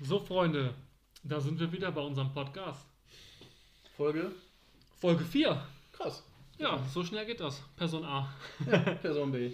So, Freunde, da sind wir wieder bei unserem Podcast. Folge? Folge 4. Krass. Ja, so schnell geht das. Person A. Person B.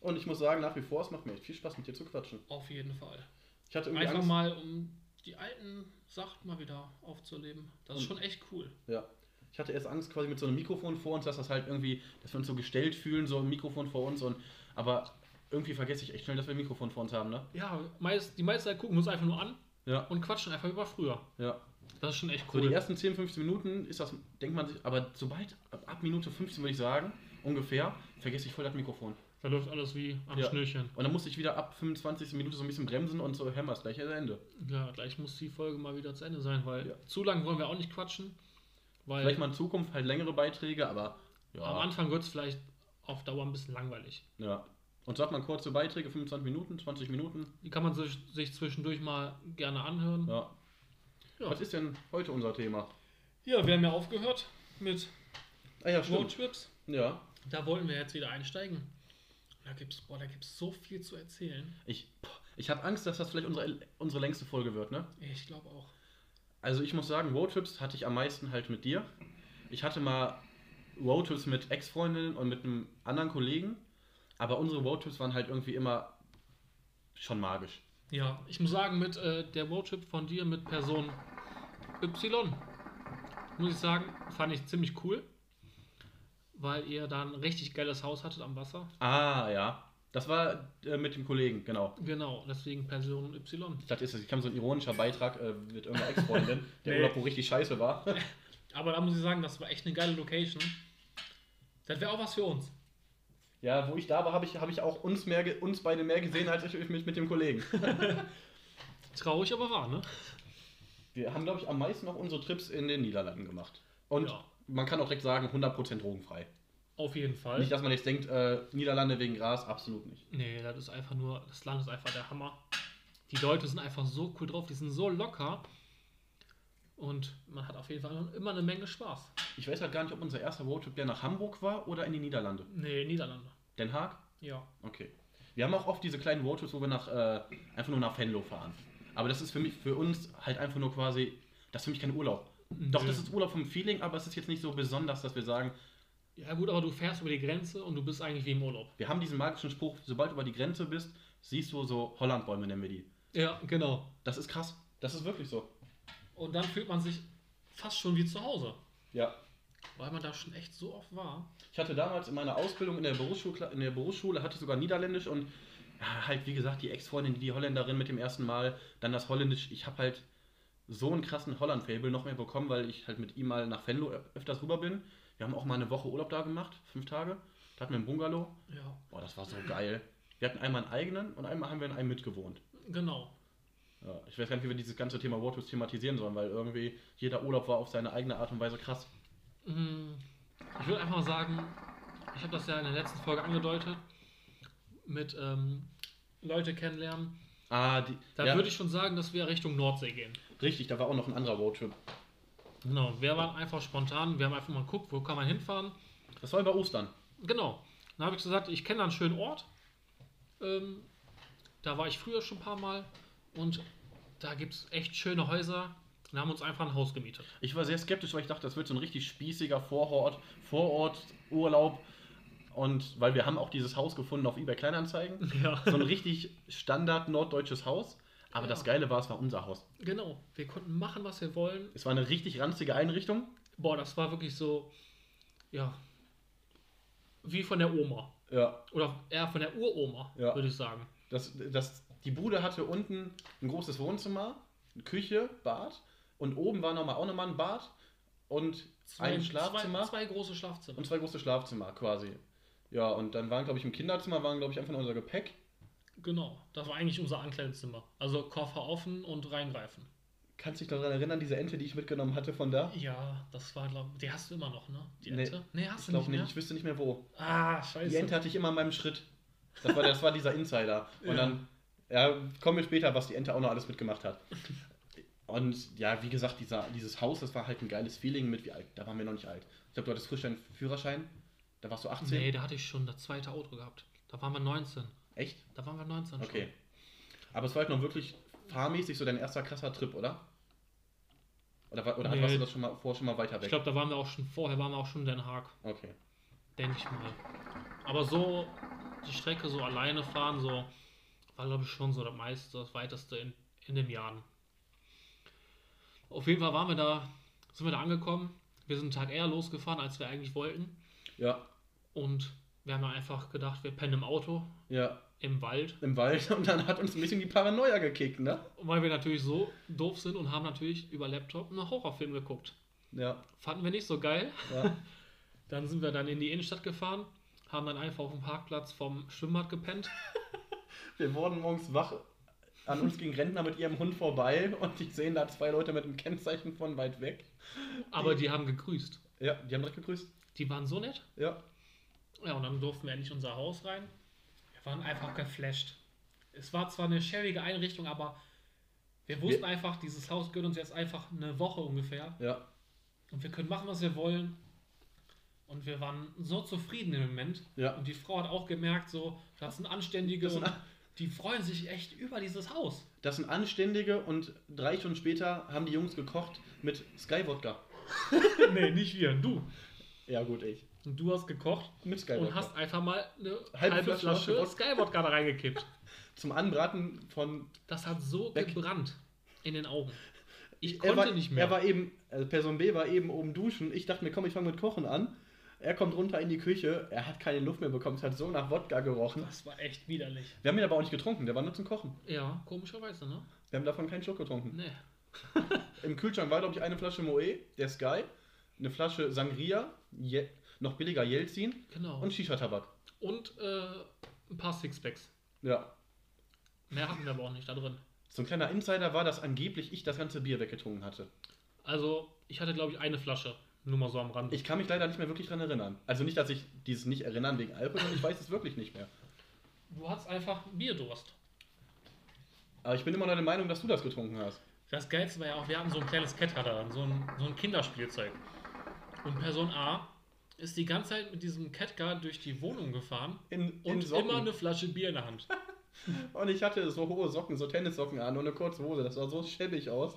Und ich muss sagen, nach wie vor, es macht mir echt viel Spaß, mit dir zu quatschen. Auf jeden Fall. Ich hatte irgendwie Einfach Angst. mal, um die alten Sachen mal wieder aufzuleben. Das ist Und- schon echt cool. Ja. Ich hatte erst Angst quasi mit so einem Mikrofon vor uns, dass das halt irgendwie, dass wir uns so gestellt fühlen, so ein Mikrofon vor uns und aber irgendwie vergesse ich echt schnell, dass wir ein Mikrofon vor uns haben, ne? Ja, meist, die meisten gucken uns einfach nur an Ja. und quatschen einfach über früher. Ja. Das ist schon echt So die cool. ersten 10, 15 Minuten ist das, denkt man sich, aber sobald, ab, ab Minute 15 würde ich sagen, ungefähr, vergesse ich voll das Mikrofon. Da läuft alles wie am Ja. Schnürchen. Und dann musste ich wieder ab 25. Minute so ein bisschen bremsen und so, hämmer's gleich ist Ende. Ja, gleich muss die Folge mal wieder zu Ende sein, weil Ja. zu lang wollen wir auch nicht quatschen. Weil Vielleicht mal in Zukunft halt längere Beiträge, aber ja. am Anfang wird es vielleicht auf Dauer ein bisschen langweilig. Ja. Und sagt man kurze Beiträge, 25 Minuten, 20 Minuten. Die kann man sich, sich zwischendurch mal gerne anhören. Ja. Ja. Was ist denn heute unser Thema? Ja, wir haben ja aufgehört mit Ah ja, stimmt. Roadtrips. Ja. Da wollen wir jetzt wieder einsteigen. Da gibt's, boah, da gibt's so viel zu erzählen. Ich, boah, ich habe Angst, dass das vielleicht unsere, unsere längste Folge wird, ne? Ich glaube auch. Also ich muss sagen, Roadtrips hatte ich am meisten halt mit dir. Ich hatte mal Roadtrips mit Ex-Freundinnen und mit einem anderen Kollegen. Aber unsere Roadtrips waren halt irgendwie immer schon magisch. Ja, ich muss sagen, mit äh, der Roadtrip von dir mit Person Y, muss ich sagen, fand ich ziemlich cool. Weil ihr da ein richtig geiles Haus hattet am Wasser. Ah, ja. Das war äh, mit dem Kollegen, genau. Genau, deswegen Person Y. Ich dachte, es kam so ein ironischer Beitrag äh, mit irgendeiner Ex-Freundin, der Nee. Urlaub, wo richtig scheiße war. Aber da muss ich sagen, das war echt eine geile Location. Das wäre auch was für uns. Ja, wo ich da war, habe ich, hab ich auch uns, mehr, ge- uns beide mehr gesehen als ich mich mit dem Kollegen. Traurig, aber wahr, ne? Wir haben, glaube ich, am meisten noch unsere Trips in den Niederlanden gemacht. Und Ja. man kann auch direkt sagen, 100% drogenfrei. Auf jeden Fall. Nicht, dass man jetzt denkt, äh, Niederlande wegen Gras, absolut nicht. Nee, das ist einfach nur, das Land ist einfach der Hammer. Die Leute sind einfach so cool drauf, die sind so locker. Und man hat auf jeden Fall immer eine Menge Spaß. Ich weiß halt gar nicht, ob unser erster Roadtrip der nach Hamburg war oder in die Niederlande. Nee, Niederlande. Den Haag? Ja. Okay. Wir haben auch oft diese kleinen Roadtrips, wo wir nach, äh, einfach nur nach Venlo fahren. Aber das ist für mich, für uns halt einfach nur quasi, das ist für mich kein Urlaub. Doch, Nö. das ist Urlaub vom Feeling, aber es ist jetzt nicht so besonders, dass wir sagen, Ja, gut, aber du fährst über die Grenze und du bist eigentlich wie im Urlaub. Wir haben diesen magischen Spruch, sobald du über die Grenze bist, siehst du so Hollandbäume, nennen wir die. Ja, genau. Das ist krass. Das ist wirklich so. Und dann fühlt man sich fast schon wie zu Hause, Ja. weil man da schon echt so oft war. Ich hatte damals in meiner Ausbildung in der Berufsschule, in der Berufsschule hatte ich sogar Niederländisch und ja, halt, wie gesagt, die Ex-Freundin, die Holländerin mit dem ersten Mal, dann das Holländisch. Ich habe halt so einen krassen Holland-Fable noch mehr bekommen, weil ich halt mit ihm mal nach Venlo ö- öfters rüber bin. Wir haben auch mal eine Woche Urlaub da gemacht, fünf Tage. Da hatten wir einen Bungalow. Ja, Boah, das war so geil. Wir hatten einmal einen eigenen und einmal haben wir in einem mitgewohnt. genau. Ja, ich weiß gar nicht, wie wir dieses ganze Thema Wortus thematisieren sollen, weil irgendwie jeder Urlaub war auf seine eigene Art und Weise krass. Mm, Ich würde einfach mal sagen, ich habe das ja in der letzten Folge angedeutet, mit ähm, Leute kennenlernen. Ah, die, Da ja, würde ich schon sagen, dass wir Richtung Nordsee gehen. richtig, da war auch noch ein anderer Roadtrip. Genau, wir waren einfach spontan, wir haben einfach mal geguckt, wo kann man hinfahren. Das war über Ostern. Genau. Dann habe ich gesagt, ich kenne da einen schönen Ort. Ähm, da war ich früher schon ein paar Mal und da gibt es echt schöne Häuser. Und haben uns einfach ein Haus gemietet. Ich war sehr skeptisch, weil ich dachte, das wird so ein richtig spießiger Vorort, Vororturlaub. Und weil wir haben auch dieses Haus gefunden auf eBay Kleinanzeigen. Ja. So ein richtig Standard norddeutsches Haus. Aber Ja. das Geile war, es war unser Haus. Genau, wir konnten machen, was wir wollen. Es war eine richtig ranzige Einrichtung. Boah, das war wirklich so, ja, wie von der Oma. Ja, Oder eher von der Uroma, Ja. würde ich sagen. Das, das, die Bude hatte unten ein großes Wohnzimmer, eine Küche, Bad und oben war noch mal, auch nochmal ein Bad und ein Schlafzimmer Zwei, zwei große Schlafzimmer. und zwei große Schlafzimmer quasi. Ja, und dann waren, glaube ich, im Kinderzimmer waren, glaube ich, einfach nur unser Gepäck. Genau, das war eigentlich unser Ankleidezimmer. Also Koffer offen und reingreifen. Kannst dich noch daran erinnern, diese Ente, die ich mitgenommen hatte von da? Ja, das war, glaube ich, die hast du immer noch, ne? Die Nee. Ente? Nee, hast Ich du glaube nicht, nicht, mehr? ich wüsste nicht mehr wo. Ah, scheiße. Die Ente hatte ich immer in meinem Schritt. Das war, das war dieser Insider. Und Ja. dann, ja, kommen wir später, was die Ente auch noch alles mitgemacht hat. Und ja, wie gesagt, dieser, dieses Haus, das war halt ein geiles Feeling mit, wie alt, da waren wir noch nicht alt. Ich glaube, du hattest frisch deinen Führerschein, da warst du 18. Nee, da hatte ich schon das zweite Auto gehabt. Da waren wir 19. Echt? Da waren wir 19 Okay. schon. Aber es war halt noch wirklich fahrmäßig so dein erster krasser Trip, oder? Oder, wa- oder Nee. warst du das schon mal vor schon mal weiter weg? Ich glaube, da waren wir auch schon, vorher waren wir auch schon in Den Haag, okay. denke ich mal. Aber so die Strecke so alleine fahren, so war, glaube ich, schon so der meiste, das weiteste in, in dem Jahren. Auf jeden Fall waren wir da, sind wir da angekommen. Wir sind einen Tag eher losgefahren, als wir eigentlich wollten. Ja, Und wir haben dann einfach gedacht, wir pennen im Auto, ja. im Wald. Im Wald und dann hat uns ein bisschen die Paranoia gekickt, ne? Weil wir natürlich so doof sind und haben natürlich über Laptop einen Horrorfilm geguckt. Ja, Fanden wir nicht so geil. ja. Dann sind wir dann in die Innenstadt gefahren, haben dann einfach auf dem Parkplatz vom Schwimmbad gepennt. Wir wurden morgens wach. An uns ging Rentner mit ihrem Hund vorbei und ich sehe da zwei Leute mit einem Kennzeichen von weit weg. Aber die haben gegrüßt. Ja, die haben direkt gegrüßt. Die waren so nett. Ja. Ja, und dann durften wir endlich in unser Haus rein. Wir waren einfach geflasht. Es war zwar eine schäbige Einrichtung, aber wir wussten einfach, dieses Haus gehört uns jetzt einfach eine Woche ungefähr. Ja. Und wir können machen, was wir wollen. Und wir waren so zufrieden im Moment. Ja. Und die Frau hat auch gemerkt, so, das sind Anständige Das sind und An- die freuen sich echt über dieses Haus. Das sind Anständige und drei Stunden später haben die Jungs gekocht mit Sky-Wodka. nee, nicht wir, du. Ja, gut, ich. Und du hast gekocht Mit Sky und Wodka. hast einfach mal eine halbe, Halbe Flasche Flasche, Wodka. Sky Wodka da reingekippt. Zum Anbraten von. Das hat so Weg. gebrannt in den Augen. Ich er konnte war, nicht mehr. Er war eben, also Person B war eben oben duschen. Ich dachte mir, komm, ich fange mit Kochen an. Er kommt runter in die Küche. Er hat keine Luft mehr bekommen. Es hat so nach Wodka gerochen. das war echt widerlich. Wir haben ihn aber auch nicht getrunken. Der war nur zum Kochen. Ja, komischerweise, ne? Wir haben davon keinen Schluck getrunken. Nee. Im Kühlschrank war, glaube ich, eine Flasche Moe, der Sky, eine Flasche Sangria, Je noch billiger Jelzin Genau. und Und, Shisha-Tabak. äh, ein paar Sixpacks. Ja. Mehr hatten wir aber auch nicht da drin. So ein kleiner Insider war, dass angeblich ich das ganze Bier weggetrunken hatte. Also, ich hatte, glaube ich, eine Flasche. Nur mal so am Rand. Ich kann mich leider nicht mehr wirklich dran erinnern. Also nicht, dass ich dieses nicht erinnern wegen Alkohol, sondern ich weiß es wirklich nicht mehr. Du hattest einfach Bierdurst. Aber ich bin immer noch der Meinung, dass du das getrunken hast. Das Geilste war ja auch, wir hatten so ein kleines Cat da dran, so ein, so ein Kinderspielzeug. Und Person A ist die ganze Zeit mit diesem Catcar durch die Wohnung gefahren In, in und Socken. immer eine Flasche Bier in der Hand. und ich hatte so hohe Socken, so Tennissocken an und eine kurze Hose. Das sah so schäbig aus.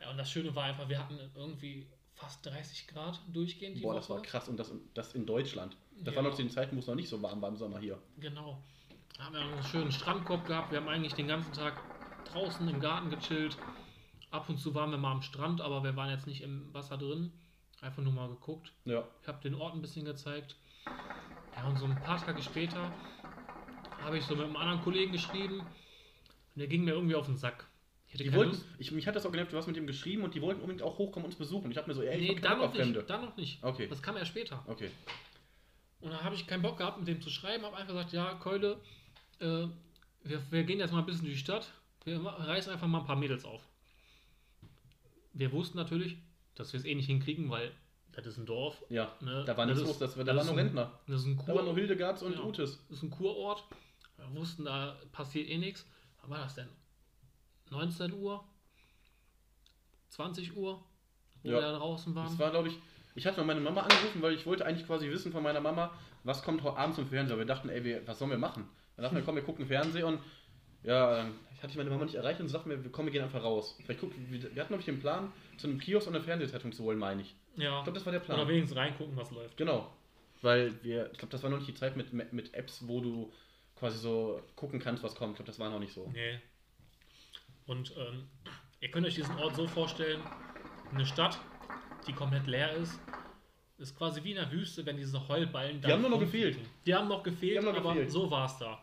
Ja, und das Schöne war einfach, wir hatten irgendwie fast 30 Grad durchgehend die Boah, Woche. das war krass. Und das, das in Deutschland. Das Ja. war noch zu den Zeiten, wo es noch nicht so warm war im Sommer hier. Genau. Da haben wir einen schönen Strandkorb gehabt. Wir haben eigentlich den ganzen Tag draußen im Garten gechillt. Ab und zu waren wir mal am Strand, aber wir waren jetzt nicht im Wasser drin. Einfach nur mal geguckt. Ja. Ich habe den Ort ein bisschen gezeigt. Ja, und so ein paar Tage später habe ich so mit einem anderen Kollegen geschrieben. Und der ging mir irgendwie auf den Sack. Ich hätte Die keine wollten, Lust. ich, mich hat das auch genervt, du hast mit ihm geschrieben und die wollten unbedingt auch hochkommen und uns besuchen. Ich hab mir so, ey, ich Nee, dann hab keinen Bock noch auf Fremde. nicht. Dann noch nicht. Okay. Das kam erst später. Okay. Und dann habe ich keinen Bock gehabt, mit dem zu schreiben. Habe einfach gesagt, ja, Keule, äh, wir, wir gehen jetzt mal ein bisschen durch die Stadt. Wir ma- reißen einfach mal ein paar Mädels auf. Wir wussten natürlich, dass wir es eh nicht hinkriegen, weil das ist ein Dorf. Ja. Ne? Da war das nichts ist- los, das, war- da waren ist nur ein- Rentner. Das ist ein Da waren Kur, nur Hildegards und Ja. Utes. das ist ein Kurort. Wir wussten, da passiert eh nichts. Wann war das denn? 19 Uhr? 20 Uhr? Wo Ja. wir da draußen waren? Das war, glaube ich, ich hatte mal meine Mama angerufen, weil ich wollte eigentlich quasi wissen von meiner Mama, was kommt heute abends im Fernseher. Wir dachten, ey, wir, was sollen wir machen? Dann dachten wir, komm, wir gucken Fernsehen und ja, dann hatte ich meine Mama nicht erreicht und sagten mir, komm, wir gehen einfach raus. Vielleicht gucken, wir, wir hatten, glaube ich, den Plan, zu einem Kiosk und eine Fernsehzeitung zu holen, meine ich. ja. Ich glaube, das war der Plan. Oder wenigstens reingucken, was läuft. Genau. Weil wir, ich glaube, das war noch nicht die Zeit mit, mit Apps, wo du quasi so gucken kannst, was kommt. Ich glaube, das war noch nicht so. Nee. Und ähm, ihr könnt euch diesen Ort so vorstellen: eine Stadt, die komplett leer ist. Ist quasi wie in der Wüste, wenn diese Heulballen Die haben nur noch rumfliegen. gefehlt. Die haben noch gefehlt, Die haben noch aber gefehlt. so war es da.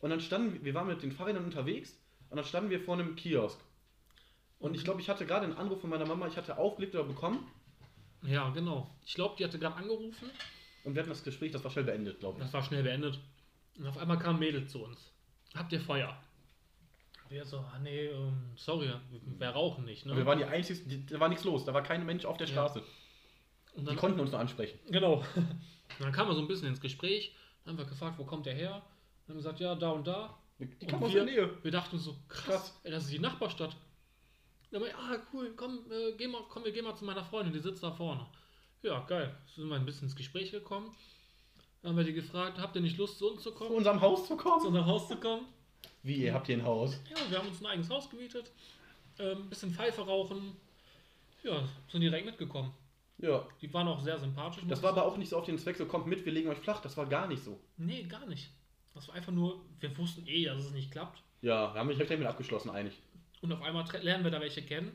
Und dann standen wir, wir waren mit den Fahrrädern unterwegs und dann standen wir vor einem Kiosk. Und ich glaube, ich hatte gerade einen Anruf von meiner Mama, ich hatte aufgelegt oder bekommen Ja, genau. Ich glaube, die hatte gerade angerufen. und wir hatten das Gespräch, das war schnell beendet, glaube ich. Das war schnell beendet. Und auf einmal kam ein Mädel zu uns. Habt ihr Feuer? Wir so, ah nee, ähm, sorry, wir rauchen nicht. Ne? Und wir waren die einzigen, die- da war nichts los, da war kein Mensch auf der Ja. Straße. Und Die dann- konnten uns nur ansprechen. Genau. Und dann kam er so ein bisschen ins Gespräch, dann haben wir gefragt, wo kommt der her? Dann haben wir gesagt, ja, da und da. Die Und kamen aus wir- der Nähe. Wir dachten so, krass, Krass. Ey, das ist die Nachbarstadt. Dann haben wir, ah, cool, komm, äh, geh mal, komm, wir gehen mal zu meiner Freundin, die sitzt da vorne. Ja, geil. So sind wir ein bisschen ins Gespräch gekommen. Dann haben wir die gefragt, habt ihr nicht Lust, zu uns zu Zu kommen, unserem Haus zu zu kommen. unserem Haus zu kommen? Wie, ihr habt hier ein Haus? Ja, wir haben uns ein eigenes Haus gemietet, ähm, bisschen Pfeife rauchen. Ja, sind direkt mitgekommen. Ja. Die waren auch sehr sympathisch. muss Das ich war aber sagen. auch nicht so auf den Zweck, so kommt mit, wir legen euch flach. Das war gar nicht so. Nee, gar nicht. Das war einfach nur, wir wussten eh, dass es nicht klappt. Ja, da haben wir direkt mit abgeschlossen, einig. Und auf einmal tre- lernen wir da welche kennen.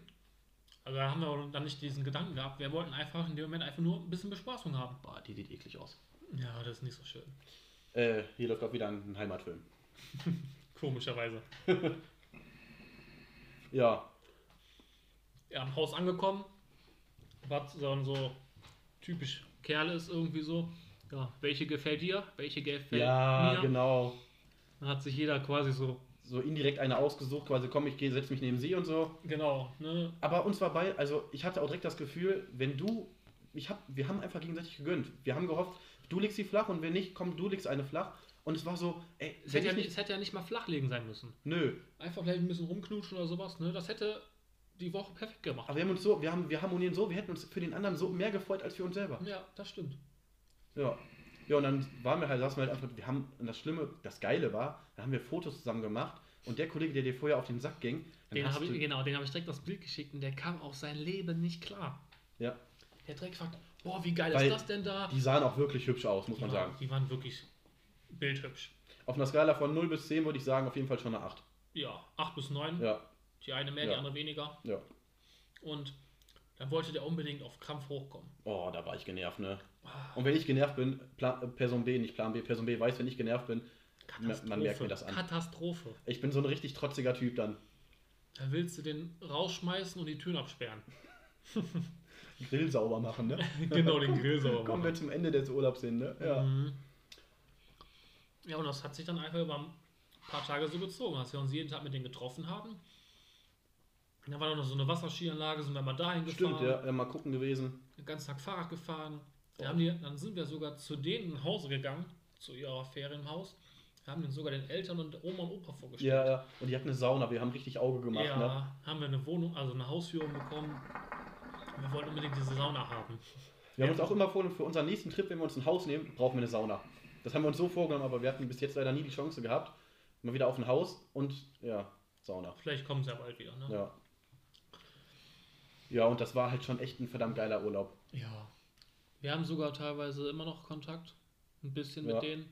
Also da haben wir auch dann nicht diesen Gedanken gehabt. Wir wollten einfach in dem Moment einfach nur ein bisschen Bespaßung haben. Boah, die sieht eklig aus. Ja, das ist nicht so schön. Äh, hier läuft auch wieder ein Heimatfilm. Komischerweise. Ja, Ja, am Haus angekommen. Was dann so typisch Kerl ist irgendwie so. Ja, welche gefällt dir? Welche gefällt ja, mir? genau. Dann hat sich jeder quasi so, So indirekt eine ausgesucht, quasi komm, ich gehe, setz mich neben sie und so. genau, ne? Aber uns war bei, also ich hatte auch direkt das Gefühl, wenn du, ich hab, wir haben einfach gegenseitig gegönnt. Wir haben gehofft, du legst sie flach und wenn nicht, komm, du legst eine flach. Und es war so, ey, Es hätte, ja, ich nicht- es hätte ja nicht mal flachlegen sein müssen. Nö, Einfach vielleicht ein bisschen rumknutschen oder sowas, ne? Das hätte die Woche perfekt gemacht. aber wir haben uns so, wir haben, wir harmonieren so, wir hätten uns für den anderen so mehr gefreut als für uns selber. Ja, das stimmt. Ja. Ja, und dann waren wir halt, saßen wir halt einfach, wir haben, und das Schlimme, das Geile war, da haben wir Fotos zusammen gemacht und der Kollege, der dir vorher auf den Sack ging, dann Den hast habe ich, du- genau, den habe ich direkt das Bild geschickt und der kam auf sein Leben nicht klar. ja, Der hat direkt gefragt, boah, wie geil Weil ist das denn da? die sahen auch wirklich hübsch aus, muss man Die waren- sagen. Die waren wirklich bildhübsch. Auf einer Skala von 0 bis 10 würde ich sagen, auf jeden Fall schon eine 8. Ja, 8 bis 9. Ja, Die eine mehr, die Ja. andere weniger. ja. Und dann wollte der unbedingt auf Krampf hochkommen. Oh, da war ich genervt, ne? Und wenn ich genervt bin, Plan, äh, Person B, nicht Plan B, Person B weiß, wenn ich genervt bin, Katastrophe. man merkt mir das an. Katastrophe. ich bin so ein richtig trotziger Typ dann. Da willst du den rausschmeißen und die Türen absperren. Grill sauber machen, ne? genau, den Grill sauber Kommen wir machen. zum Ende des Urlaubs hin, ne? Ja. Mhm. Ja, und das hat sich dann einfach über ein paar Tage so gezogen, dass wir uns jeden Tag mit denen getroffen haben. Und Da war noch so eine Wasserskianlage, sind wir mal dahin gefahren. Stimmt, ja, ja, mal gucken gewesen. den ganzen Tag Fahrrad gefahren. Oh. Dann, haben die, dann sind wir sogar zu denen nach Hause gegangen, zu ihrer Ferienhaus. Wir haben den sogar den Eltern und Oma und Opa vorgestellt. Ja, ja. Und die hatten eine Sauna, wir haben richtig Auge gemacht, ja, ne? haben wir eine Wohnung, also eine Hausführung bekommen. Wir wollten unbedingt diese Sauna haben. Wir haben uns auch immer vorgenommen, für unseren nächsten Trip, wenn wir uns ein Haus nehmen, brauchen wir eine Sauna. Das haben wir uns so vorgenommen, aber wir hatten bis jetzt leider nie die Chance gehabt. Mal wieder auf ein Haus und ja, Sauna. Vielleicht kommen sie ja bald wieder, ne? Ja. Ja, und das war halt schon echt ein verdammt geiler Urlaub. Ja. Wir haben sogar teilweise immer noch Kontakt. Ein bisschen Ja. mit denen.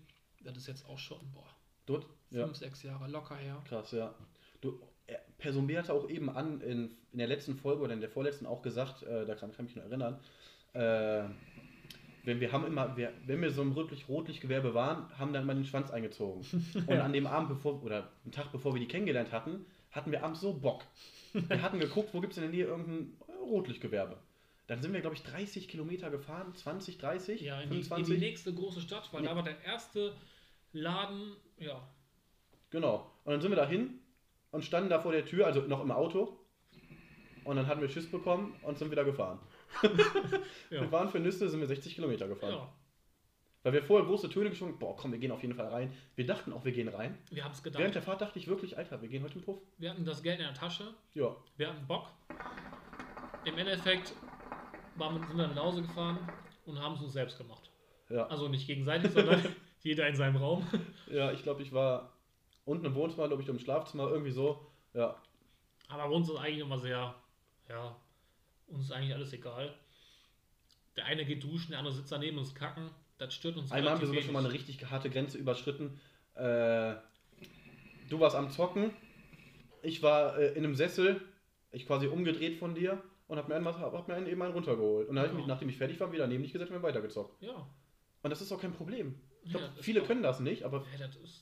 Das ist jetzt auch schon, boah, Dort? Ja. fünf, sechs Jahre locker her. Krass, ja. Du, äh, Person B hatte auch eben an, in, in der letzten Folge oder in der vorletzten auch gesagt, äh, daran kann ich mich noch erinnern, äh, wenn wir haben immer, wir, wenn wir so im rötlich Rotlichtgewerbe waren, haben dann immer den Schwanz eingezogen. Und an dem Abend bevor, oder einen Tag bevor wir die kennengelernt hatten, hatten wir abends so Bock. Wir hatten geguckt, wo gibt es in der Nähe irgendein äh, Rotlichtgewerbe. Dann sind wir, glaube ich, 30 Kilometer gefahren, 20, 30, Ja, in die, in die 25. nächste große Stadt, weil Ja. da war der erste Laden, ja, Genau. Und dann sind wir dahin und standen da vor der Tür, also noch im Auto. Und dann hatten wir Schiss bekommen und sind wieder gefahren. Ja. Wir waren für Nüsse, sind wir 60 Kilometer gefahren. ja. Weil wir vorher große Töne geschwungen haben, boah, komm, wir gehen auf jeden Fall rein. Wir dachten auch, wir gehen rein. Wir haben es Während gedacht. der Fahrt dachte ich wirklich, Alter, wir gehen heute im Puff. Wir hatten das Geld in der Tasche, Ja, wir hatten Bock. Im Endeffekt waren, wir- sind wir nach Hause gefahren und haben es uns selbst gemacht. ja. Also nicht gegenseitig, sondern jeder in seinem Raum. Ja, ich glaube, ich war unten im Wohnzimmer, glaube ich, im Schlafzimmer, irgendwie so. Ja, Aber bei uns ist eigentlich immer sehr, ja, uns ist eigentlich alles egal. Der eine geht duschen, der andere sitzt daneben und ist kacken. Das stört uns Einmal haben wir sogar relativ schon mal eine wenig. richtig harte Grenze überschritten. Äh, du warst am Zocken, ich war äh, in einem Sessel, ich quasi umgedreht von dir und hab mir einen, hab mir einen eben einen runtergeholt. Und dann hab ich mich, Genau. nachdem ich fertig war, wieder neben dich gesetzt und wir haben weitergezockt. Ja, Und das ist auch kein Problem. Ich Ja, glaube, das ist viele doch- können das nicht, aber ja, das ist.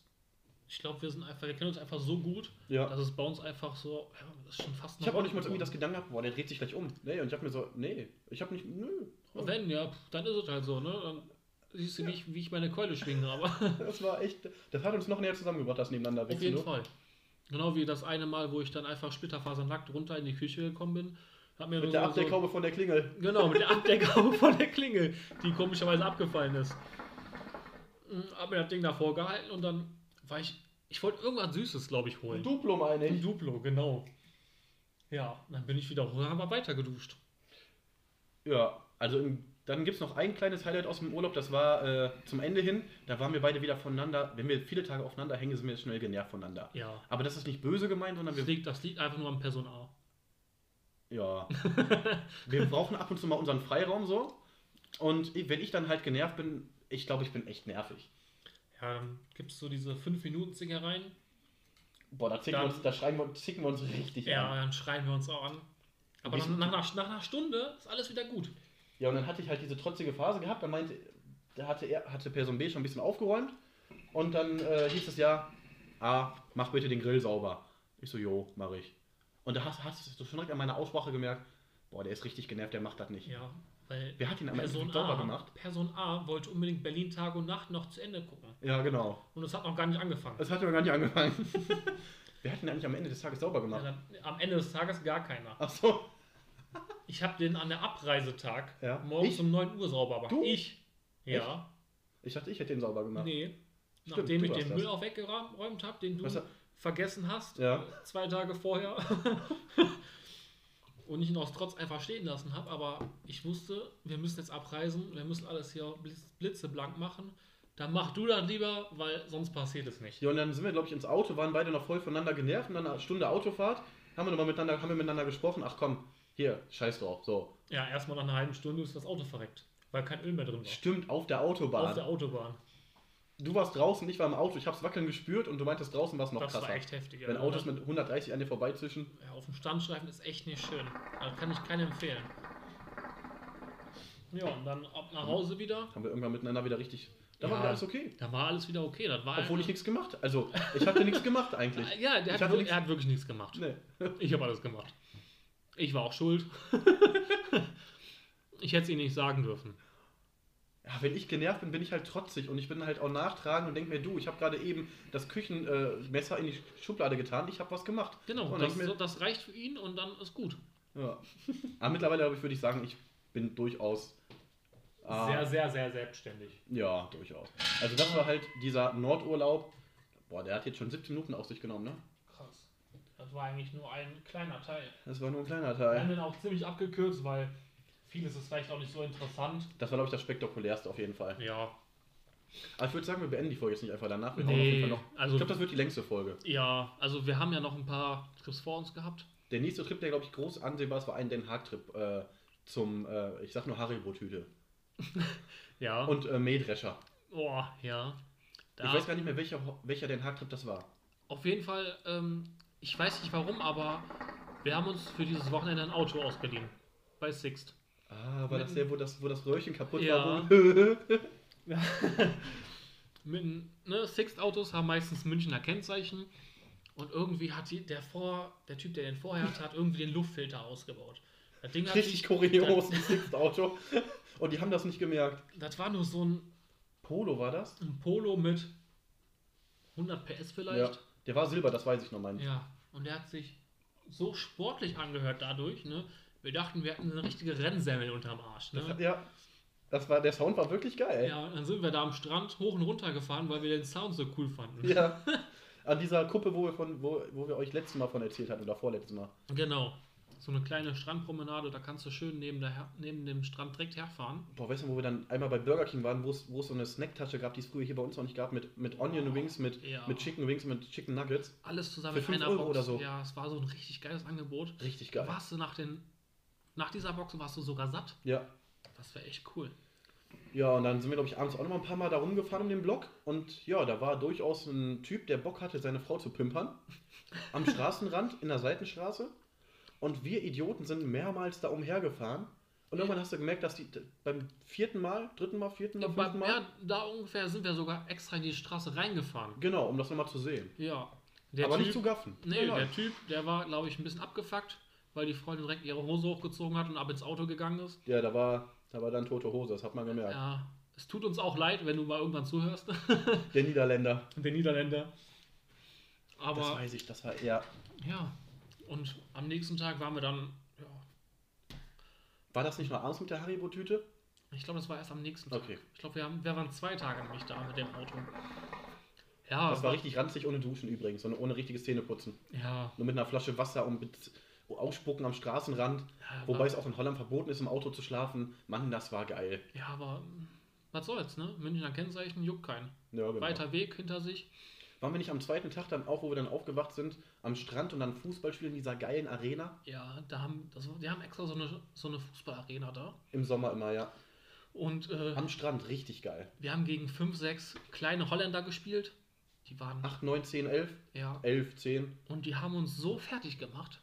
Ich glaube, wir sind einfach, wir kennen uns einfach so gut, ja. dass es bei uns einfach so, ja, das ist schon fast Ich habe auch normal nicht mal irgendwie das geworden. Gedanken gehabt, boah, der dreht sich gleich um. Nee, und ich habe mir so, nee, ich habe nicht, nö. Und Wenn, ja, pf, dann ist es halt so, ne? Dann siehst du, wie, ich, wie ich meine Keule schwinge, aber. Das war echt, das hat uns noch näher zusammengebracht, das nebeneinander Auf jeden Fall. Genau wie das eine Mal, wo ich dann einfach splitterfasernackt runter in die Küche gekommen bin. Hab mir Also Mit so- der Abdeckhaube von der Klingel. So, genau, mit der Abdeckhaube von der Klingel, die komischerweise abgefallen ist. Hm, Hab mir das Ding davor gehalten und dann war ich. Ich wollte irgendwas Süßes, glaube ich, holen. Ein Duplo meine Ein ich. Duplo, genau. Ja, dann bin ich wieder hoch, haben wir weiter geduscht. Ja, also im Dann gibt es noch ein kleines Highlight aus dem Urlaub, das war äh, zum Ende hin. Da waren wir beide wieder voneinander. Wenn wir viele Tage aufeinander hängen, sind wir schnell genervt voneinander. Ja. Aber das ist nicht böse gemeint, sondern Das wir. liegt, das liegt einfach nur am Personal. Ja. wir brauchen ab und zu mal unseren Freiraum so. Und ich- wenn ich dann halt genervt bin, ich glaube, ich bin echt nervig. Ja, dann gibt es so diese 5-Minuten-Zickereien. Boah, da, zicken Dann- wir uns, da schreien wir, zicken wir uns richtig Ja, an. dann schreien wir uns auch an. Aber Ich- nach, nach, nach, nach einer Stunde ist alles wieder gut. Ja, und dann hatte ich halt diese trotzige Phase gehabt. Dann meinte, da hatte, er, hatte Person B schon ein bisschen aufgeräumt. Und dann äh, hieß es ja, ah, mach bitte den Grill sauber. Ich so, jo, mach ich. Und da hast, hast du schon direkt an meiner Aussprache gemerkt, boah, der ist richtig genervt, der macht das nicht. Ja, weil Wer hat ihn am Ende Person A, sauber gemacht? Person A wollte unbedingt Berlin Tag und Nacht noch zu Ende gucken. Ja, genau. Und es hat noch gar nicht angefangen. Das hat aber gar nicht angefangen. Wer hat ihn eigentlich am Ende des Tages sauber Ja, gemacht? dann, am Ende des Tages gar keiner. Ach so. Ich habe den an der Abreisetag Ja. morgens Ich? um 9 Uhr sauber gemacht. Du? Ich? Ja. Ich dachte, ich hätte ihn sauber gemacht. Nee. Stimmt, Nachdem du ich warst den das. Müll auch weggeräumt habe, den du Was hat- vergessen hast, Ja. zwei Tage vorher. Und ich ihn aus Trotz einfach stehen lassen habe, aber ich wusste, wir müssen jetzt abreisen, wir müssen alles hier blitz- blitzeblank machen. Dann mach du das lieber, weil sonst passiert es nicht. Ja, und dann sind wir, glaube ich, ins Auto, waren beide noch voll voneinander genervt und dann eine Stunde Autofahrt, haben wir nochmal miteinander, haben wir miteinander gesprochen, ach komm, hier, scheiß drauf, so. Ja, erstmal nach einer halben Stunde ist das Auto verreckt, weil kein Öl mehr drin war. Stimmt, auf der Autobahn. Auf der Autobahn. du warst draußen, ich war im Auto, ich hab's wackeln gespürt und du meintest, draußen war es noch das krasser. war echt heftig. Wenn Also, Autos mit 130 an dir vorbeizischen, ja, auf dem Standstreifen ist echt nicht schön. Also kann ich keinem empfehlen. Ja, und dann ab Mhm. nach Hause wieder. haben wir irgendwann miteinander wieder richtig, da Ja. war wieder alles okay. Da war alles wieder okay. Das war halt Obwohl ich nichts gemacht, also, ich hatte nichts gemacht eigentlich. Ja, der Ich hat, hatte wirklich- nichts- er hat wirklich nichts gemacht. Nee. Ich habe alles gemacht. Ich war auch schuld. ich hätte es ihnen nicht sagen dürfen. Ja, wenn ich genervt bin, bin ich halt trotzig und ich bin halt auch nachtragend und denke mir, du, ich habe gerade eben das Küchenmesser in die Schublade getan, ich habe was gemacht. Genau, und das, denk mir, so- das reicht für ihn und dann ist gut. Ja. Aber mittlerweile glaub ich, würde ich sagen, ich bin durchaus. ah, sehr, sehr selbstständig. Ja, durchaus. Also, das war halt dieser Nordurlaub. Boah, der hat jetzt schon 17 Minuten auf sich genommen, ne? Krass. Das war eigentlich nur ein kleiner Teil. Das war nur ein kleiner Wir haben Teil. den auch ziemlich abgekürzt, weil vieles ist vielleicht auch nicht so interessant. Das war, glaube ich, das spektakulärste auf jeden Fall. Ja, Aber ich würde sagen, wir beenden die Folge jetzt nicht einfach danach. Wir hauen Nee, auf jeden Fall noch. also- ich glaube, das wird die längste Folge. ja, also wir haben ja noch ein paar Trips vor uns gehabt. Der nächste Trip, der, glaube ich, groß ansehbar ist, war ein Den Haag-Trip äh, zum, äh, ich sag nur Haribo-Tüte. Ja. Und Und äh, Mähdrescher. oh, ja. Da, Ich weiß gar nicht mehr, welcher, welcher Den Haag-Trip das war. Auf jeden Fall, ähm, ich weiß nicht warum, aber wir haben uns für dieses Wochenende ein Auto ausgeliehen. Bei Sixt. Ah, war das der, wo das, wo das Röhrchen kaputt Ja. war? wo- Mit, ne, Sixt-Autos haben meistens Münchner Kennzeichen. Und irgendwie hat die, der, vor, der Typ, der den vorher hatte, hat irgendwie den Luftfilter ausgebaut. Das Ding hat Richtig sich- kurios, ein Sixt-Auto. Und die haben das nicht gemerkt. Das war nur so ein, Polo war das? ein Polo mit 100 PS vielleicht. Der war Silber, das weiß ich noch mal. Ja. Und der hat sich so sportlich angehört dadurch, ne? Wir dachten, wir hätten eine richtige Rennsemmel unterm Arsch. Ne? Das, hat- ja. Das war, der Sound war wirklich geil. Ja, und dann sind wir da am Strand hoch und runter gefahren, weil wir den Sound so cool fanden. Ja. An dieser Kuppe, wo wir, von, wo, wo wir euch letztes Mal von erzählt hatten oder vorletztes Mal. Genau. So eine kleine Strandpromenade, da kannst du schön neben, der, Her- neben dem Strand direkt herfahren. Boah, weißt du, wo wir dann einmal bei Burger King waren, wo es wo es so eine Snacktasche gab, die es früher hier bei uns noch nicht gab, mit, mit Onion Wings, mit, Ja. mit Chicken Wings, mit Chicken Nuggets. Alles zusammen Für in fünf einer Euro Box. oder so. Ja, es war so ein richtig geiles Angebot. Richtig geil. Warst du nach den nach dieser Box warst du sogar satt? Ja. Das wäre echt cool. Ja, und dann sind wir, glaube ich, abends auch noch mal ein paar Mal da rumgefahren um den Block. Und ja, da war durchaus ein Typ, der Bock hatte, seine Frau zu pimpern. Am Straßenrand, in der Seitenstraße. Und wir Idioten sind mehrmals da umhergefahren. Und irgendwann hast du gemerkt, dass die d- beim vierten Mal, dritten Mal, vierten Mal, Aber, fünften Mal. ja, da ungefähr sind wir sogar extra in die Straße reingefahren. Genau, um das nochmal zu sehen. Ja. Der Aber typ, nicht zu gaffen. Nee, Nein, der nein. Typ, der war, glaube ich, ein bisschen abgefuckt, weil die Freundin direkt ihre Hose hochgezogen hat und ab ins Auto gegangen ist. ja, da war, da war dann tote Hose, das hat man gemerkt. Ja, es tut uns auch leid, wenn du mal irgendwann zuhörst. Der Niederländer. Der Niederländer. das Aber weiß ich, das war ja. ja, und am nächsten Tag waren wir dann, ja, War das nicht noch abends mit der Haribo-Tüte? ich glaube, das war erst am nächsten Tag. Okay. Ich glaube, wir, haben- wir waren zwei Tage nämlich da mit dem Auto. Ja, Ah. Das war richtig ranzig ohne Duschen übrigens, sondern ohne richtiges Zähneputzen. ja, Nur mit einer Flasche Wasser und mit ausspucken am Straßenrand. Ja, Wobei aber- es auch in Holland verboten ist, im Auto zu schlafen. Mann, das war geil. Ja, aber mm, was soll's, ne? Münchner Kennzeichen, juckt keinen. Ja, genau. Weiter Weg hinter sich. Waren wir nicht am zweiten Tag dann auch, wo wir dann aufgewacht sind, am Strand und dann Fußball spielen in dieser geilen Arena? Ja, da haben, das, die haben extra so eine, so eine Fußballarena da. Im Sommer immer, ja. Und äh, Am Strand, richtig geil. wir haben gegen fünf, sechs kleine Holländer gespielt. Die waren, 8, 9, 10, 11, ja. 11, 10. Und die haben uns so fertig gemacht.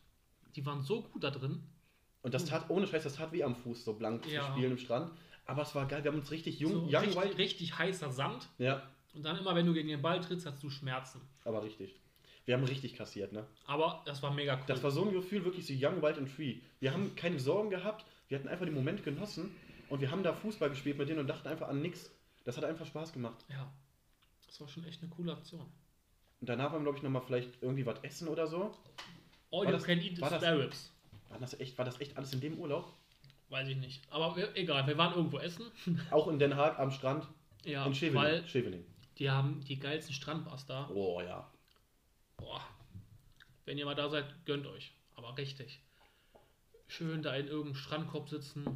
Die waren so gut da drin. Und das tat, ohne Scheiß, das tat weh am Fuß, so blank Hm. Ja. zu spielen im Strand. Aber es war geil, wir haben uns richtig jung, so young richtig, wild. richtig heißer Sand. Ja, Und dann immer, wenn du gegen den Ball trittst, hast du Schmerzen. aber richtig. Wir haben richtig kassiert, ne? Aber das war mega cool. Das war so ein Gefühl, wirklich so young, wild and free. Wir haben keine Sorgen gehabt, wir hatten einfach den Moment genossen und wir haben da Fußball gespielt mit denen und dachten einfach an nichts. Das hat einfach Spaß gemacht. ja. Das war schon echt eine coole Aktion. Und danach waren wir, glaube ich, nochmal vielleicht irgendwie was essen oder so. All War you das- can eat is war das- Sparrows. War das echt, war das echt alles in dem Urlaub? Weiß ich nicht. Aber wir, egal, wir waren irgendwo essen. Auch in Den Haag am Strand ja, in Scheveningen. weil Scheveningen. die haben die geilsten Strandbars da. Oh ja. Boah. Wenn ihr mal da seid, gönnt euch. Aber richtig. Schön da in irgendeinem Strandkorb sitzen.